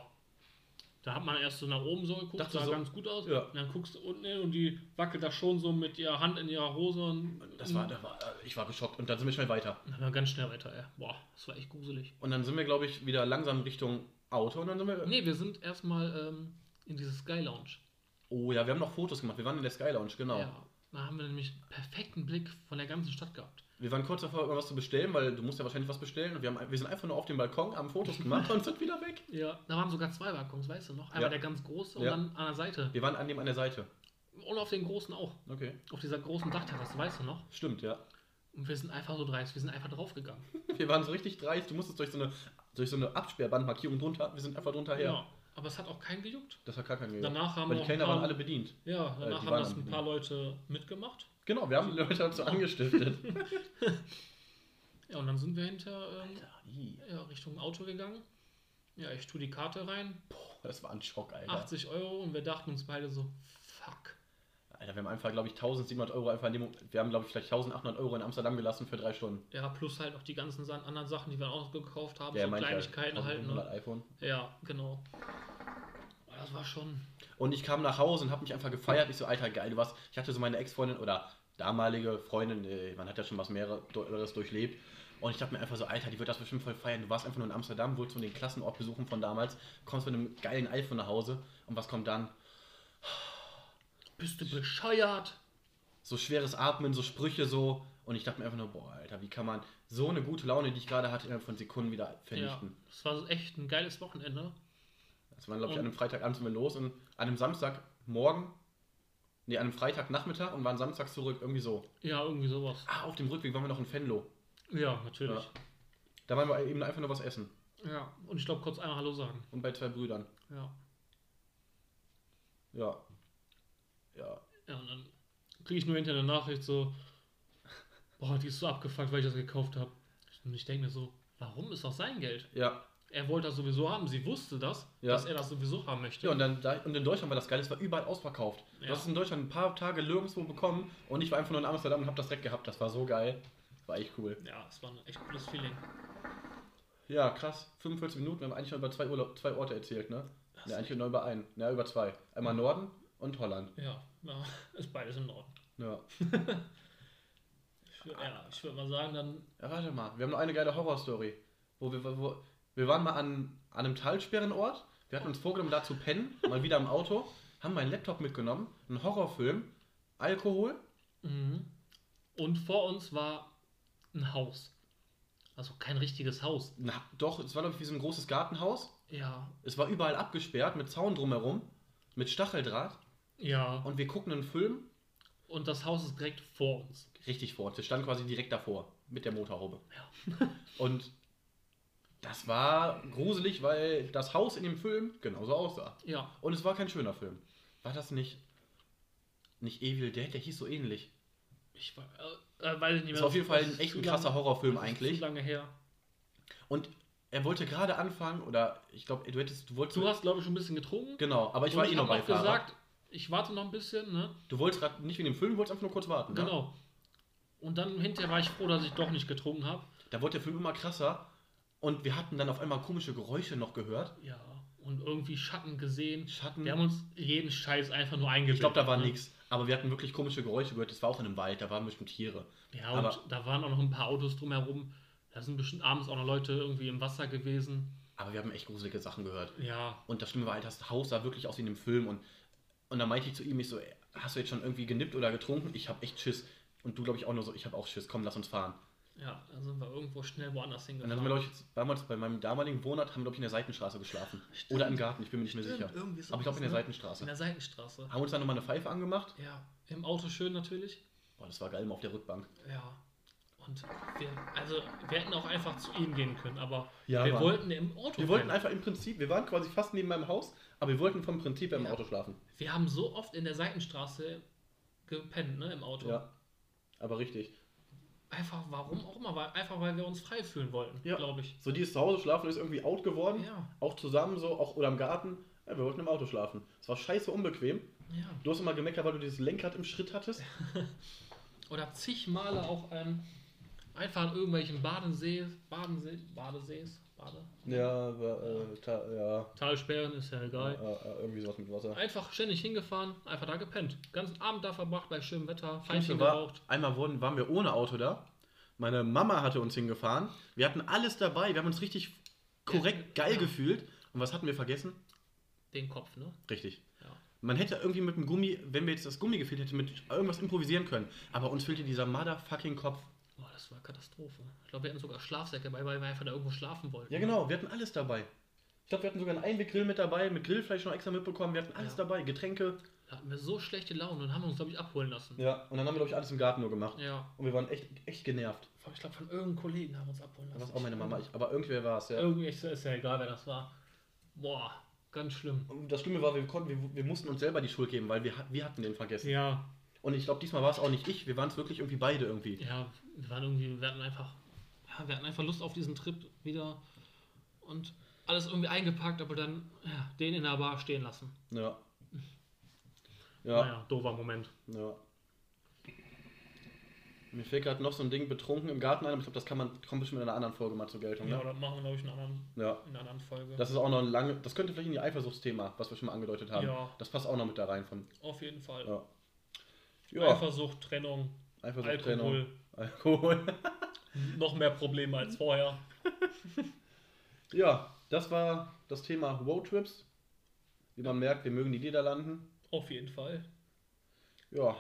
Da hat man erst so nach oben so geguckt, Dachte sah so, ganz gut aus. ja. Und dann guckst du unten hin und die wackelt da schon so mit ihrer Hand in ihrer Hose. Und Das war, da war, äh, ich war geschockt und dann sind wir schnell weiter. Dann war ganz schnell weiter, ey. Boah, das war echt gruselig. Und dann sind wir, glaube ich, wieder langsam Richtung Auto und dann sind wir. Nee, wir sind erstmal ähm, in diese Sky Lounge. Oh ja, wir haben noch Fotos gemacht. Wir waren in der Sky Lounge, genau. Ja. Da haben wir nämlich einen perfekten Blick von der ganzen Stadt gehabt. Wir waren kurz davor, irgendwas zu bestellen, weil du musst ja wahrscheinlich was bestellen. Und wir, haben, wir sind einfach nur auf dem Balkon, haben Fotos gemacht und sind wieder weg. Ja. Da waren sogar zwei Balkons, weißt du noch? Einmal Ja. der ganz große und Ja. dann an der Seite. Wir waren an dem an der Seite. Und auf den großen auch. Okay. Auf dieser großen Dachterrasse, weißt du noch? Stimmt, ja. Und wir sind einfach so dreist, wir sind einfach draufgegangen. Wir waren so richtig dreist. Du musstest durch so eine, durch so eine Absperrbandmarkierung drunter. Wir sind einfach drunter her. Ja. Aber es hat auch keinen gejuckt. Das hat gar keinen gegeben. Danach haben wir Weil die auch Kellner ein paar- waren alle bedient. Ja, die danach haben waren das am- ein paar Leute mitgemacht. Genau, wir haben die Leute dazu angestiftet. Ja, und dann sind wir hinter ähm, Alter, ii. ja, Richtung Auto gegangen. Ja, ich tue die Karte rein, Boah, das war ein Schock, Alter. 80 Euro und wir dachten uns beide so, fuck. Alter, wir haben einfach, glaube ich, 1700 Euro einfach in dem, Wir haben, glaube ich, vielleicht 1800 Euro in Amsterdam gelassen für drei Stunden. Ja, plus halt auch die ganzen Sa- anderen Sachen, die wir auch noch gekauft haben, so meinte ja, Kleinigkeiten halt. 1500 Ne? iPhone. Ja, genau. Aber Das war schon. Und ich kam nach Hause und habe mich einfach gefeiert. Ich so, Alter, geil, du warst. Ich hatte so meine Ex-Freundin oder damalige Freundin, äh, man hat ja schon was mehreres durchlebt. Und ich dachte mir einfach so, Alter, die wird das bestimmt voll feiern. Du warst einfach nur in Amsterdam, wolltest nur den Klassenort besuchen von damals, kommst mit einem geilen iPhone nach Hause und was kommt dann? Bist du bescheuert? So schweres Atmen, so Sprüche so. Und ich dachte mir einfach nur, boah, Alter, wie kann man so eine gute Laune, die ich gerade hatte, innerhalb von Sekunden wieder Ja, vernichten. das war echt ein geiles Wochenende. Das waren, glaube ich, an Und- einem Freitagabend sind wir los und an einem Samstagmorgen, nee, an einem Freitagnachmittag und waren samstags zurück, irgendwie so. Ja, irgendwie sowas. Ah, auf dem Rückweg waren wir noch in Venlo. Ja, natürlich. Da waren wir eben einfach nur was essen. Ja, und ich glaube, kurz einmal Hallo sagen. Und bei zwei Brüdern. Ja. Ja. Ja. ja und dann kriege ich nur hinter eine Nachricht so: Boah, die ist so abgefuckt, weil ich das gekauft habe. Und ich denke mir so: Warum ist das sein Geld? Ja. Er wollte das sowieso haben. Sie wusste das, Ja. dass er das sowieso haben möchte. Ja, und, dann, da- und in Deutschland war das geil, es war überall ausverkauft. Ja. Du hast es in Deutschland ein paar Tage nirgendwo bekommen und ich war einfach nur in Amsterdam und hab das direkt gehabt. Das war so geil. War echt cool. ja, es war ein echt cooles Feeling. Ja, krass. 45 Minuten, wir haben eigentlich nur über zwei, Urlaub, zwei Orte erzählt, ne? Ne, eigentlich nur über einen. Ne, über zwei. Einmal Norden und Holland. Ja, ja ist beides im Norden. Ja. Ich wür- Ja, ich würde mal sagen, dann Ja, warte mal. Wir haben noch eine geile Horrorstory. Wo wir, wo, wir waren mal an, an einem Talsperrenort. Wir hatten uns vorgenommen, da zu pennen. Mal wieder im Auto. Haben meinen Laptop mitgenommen. Einen Horrorfilm. Alkohol. Mhm. Und vor uns war ein Haus. Also kein richtiges Haus. Na, doch, es war, glaube ich, wie so ein großes Gartenhaus. Ja. Es war überall abgesperrt mit Zaun drumherum. Mit Stacheldraht. Ja. Und wir gucken einen Film Und das Haus ist direkt vor uns. richtig vor uns. Wir standen quasi direkt davor. Mit der Motorhaube. Ja. Und das war gruselig, weil das Haus in dem Film genauso aussah. Ja. Und es war kein schöner Film. War das nicht. Nicht Evil Dead? Der hieß so ähnlich. Ich war, äh, äh, weiß ich nicht mehr. Das war auf jeden Fall Das ein ist echt zu ein lang- krasser Horrorfilm das ist Zu eigentlich. lange her. Und er wollte gerade anfangen, oder ich glaube, du hättest. Du wolltest. Du hast, glaube ich, schon ein bisschen getrunken. genau, aber ich war Und eh noch hab auch Beifahrer. gesagt, ich warte noch ein bisschen, ne? Du wolltest gerade nicht wegen dem Film, du wolltest einfach nur kurz warten. Ne? Genau. Und dann hinterher war ich froh, dass ich doch nicht getrunken habe. Da wurde der Film immer krasser. Und wir hatten dann auf einmal komische Geräusche noch gehört. Ja. Und irgendwie Schatten gesehen. Schatten. Wir haben uns jeden Scheiß einfach nur eingebildet. ich glaube, da war ne? nichts. Aber wir hatten wirklich komische Geräusche gehört. Das war auch in einem Wald, da waren bestimmt Tiere. Ja, und Aber- da waren auch noch ein paar Autos drumherum. Da sind bestimmt abends auch noch Leute irgendwie im Wasser gewesen. Aber wir haben echt gruselige Sachen gehört. Ja, Und das Schlimme war halt, das Haus sah wirklich aus wie in dem Film. Und, und dann meinte ich zu ihm, ich so, ey, hast du jetzt schon irgendwie genippt oder getrunken? Ich habe echt Schiss. Und du, glaube ich, auch nur so, ich habe auch Schiss, komm, lass uns fahren. ja, da sind wir irgendwo schnell woanders Und dann hingefahren. sind wir, glaube ich, damals bei meinem damaligen Wohnort, haben wir, glaube ich, in der Seitenstraße geschlafen. Stimmt. Oder im Garten, ich bin mir nicht mehr Stimmt, sicher. irgendwie ist Aber ich glaube, in der das, ne? Seitenstraße. in der Seitenstraße. Haben uns dann nochmal eine Pfeife angemacht. Ja, im Auto schön natürlich. Boah, das war geil, mal auf der Rückbank. Ja. Und wir, also wir hätten auch einfach zu ihm gehen können, aber Ja, wir Mann. wollten im Auto Wir wollten pennen. einfach im Prinzip, wir waren quasi fast neben meinem Haus, aber wir wollten vom Prinzip her im Ja. Auto schlafen. Wir haben so oft in der Seitenstraße gepennt, ne, im Auto. Ja. Aber richtig. Einfach, warum auch immer, weil, einfach weil wir uns frei fühlen wollten, Ja. glaube ich. So dieses Zuhause schlafen ist irgendwie out geworden. Ja, Auch zusammen so, auch oder im Garten. Ja, wir wollten im Auto schlafen. Es war scheiße unbequem. ja. Du hast immer gemeckert, weil du dieses Lenkrad im Schritt hattest. oder zig Male auch ähm, einfach an irgendwelchen Badensees, Badensee, Badesees, Bade. Ja, aber, äh, ta, ja. Talsperren ist ja egal. Äh, äh, irgendwie sowas mit Wasser. Einfach ständig hingefahren, einfach da gepennt. Ganzen Abend da verbracht bei schönem Wetter, Feinchen Schlimmste war, geraucht. einmal wurden, waren wir ohne Auto da. Meine Mama hatte uns hingefahren. Wir hatten alles dabei. Wir haben uns richtig korrekt Ja. geil gefühlt. Und was hatten wir vergessen? Den Kopf, ne? Richtig. Ja. Man hätte irgendwie mit dem Gummi, wenn wir jetzt das Gummi gefehlt hätte, mit irgendwas improvisieren können. Aber uns fehlte dieser motherfucking Kopf. Boah, das war Katastrophe. Ich glaube, wir hatten sogar Schlafsäcke bei, weil wir einfach da irgendwo schlafen wollten. Ja, genau, wir hatten alles dabei. Ich glaube, wir hatten sogar einen Einweggrill mit dabei, mit Grillfleisch noch extra mitbekommen. Wir hatten alles Ja. dabei, Getränke. Da hatten wir so schlechte Laune und haben uns, glaube ich, abholen lassen. Ja, und dann haben wir, glaube ich, alles im Garten nur gemacht. Ja. Und wir waren echt, echt genervt. Von- Ich glaube, von irgendeinem Kollegen haben wir uns abholen lassen. Das war auch meine Mama. Ich, aber irgendwer war es, ja. Irgendwie ist ist ja egal, wer das war. Boah, ganz schlimm. Und das Schlimme war, wir, konnten, wir, wir mussten uns selber die Schuld geben, weil wir, ha- wir hatten den vergessen. Ja. Und ich glaube, diesmal war es auch nicht ich. Wir waren es wirklich irgendwie beide irgendwie. Ja, wir waren irgendwie, wir hatten einfach, ja, wir hatten einfach Lust auf diesen Trip wieder und alles irgendwie eingepackt, aber dann ja, den in der Bar stehen lassen. Ja. Ja. Naja, doofer Moment. ja. Mir fehlt gerade noch so ein Ding betrunken im Garten ein, aber ich glaube, das kann man, kommt bestimmt in einer anderen Folge mal zur Geltung. Ja, Ne? oder machen wir, glaube ich, in einer anderen, Ja. in einer anderen Folge. Das ist auch noch ein lange. Das könnte vielleicht in die Eifersuchtsthema, was wir schon mal angedeutet haben. Ja. Das passt auch noch mit da rein von. Auf jeden Fall. Ja. Ja. Eifersucht, Trennung, Eifersuchtstrennung. Alkohol. Alkohol. Noch mehr Probleme als vorher. Ja, das war das Thema Roadtrips. Wie man merkt, wir mögen die Niederlanden. Auf jeden Fall. Ja,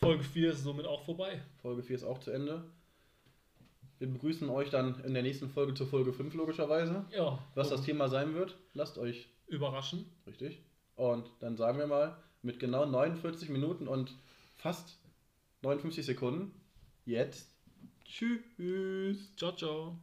Folge 4 ist somit auch vorbei. Folge 4 ist auch zu Ende. Wir begrüßen euch dann in der nächsten Folge zur Folge 5 logischerweise. Ja. Was das Thema sein wird, lasst euch Überraschen. Richtig. Und dann sagen wir mal, mit genau 49 Minuten und fast 59 Sekunden, jetzt tschüss. Ciao, ciao.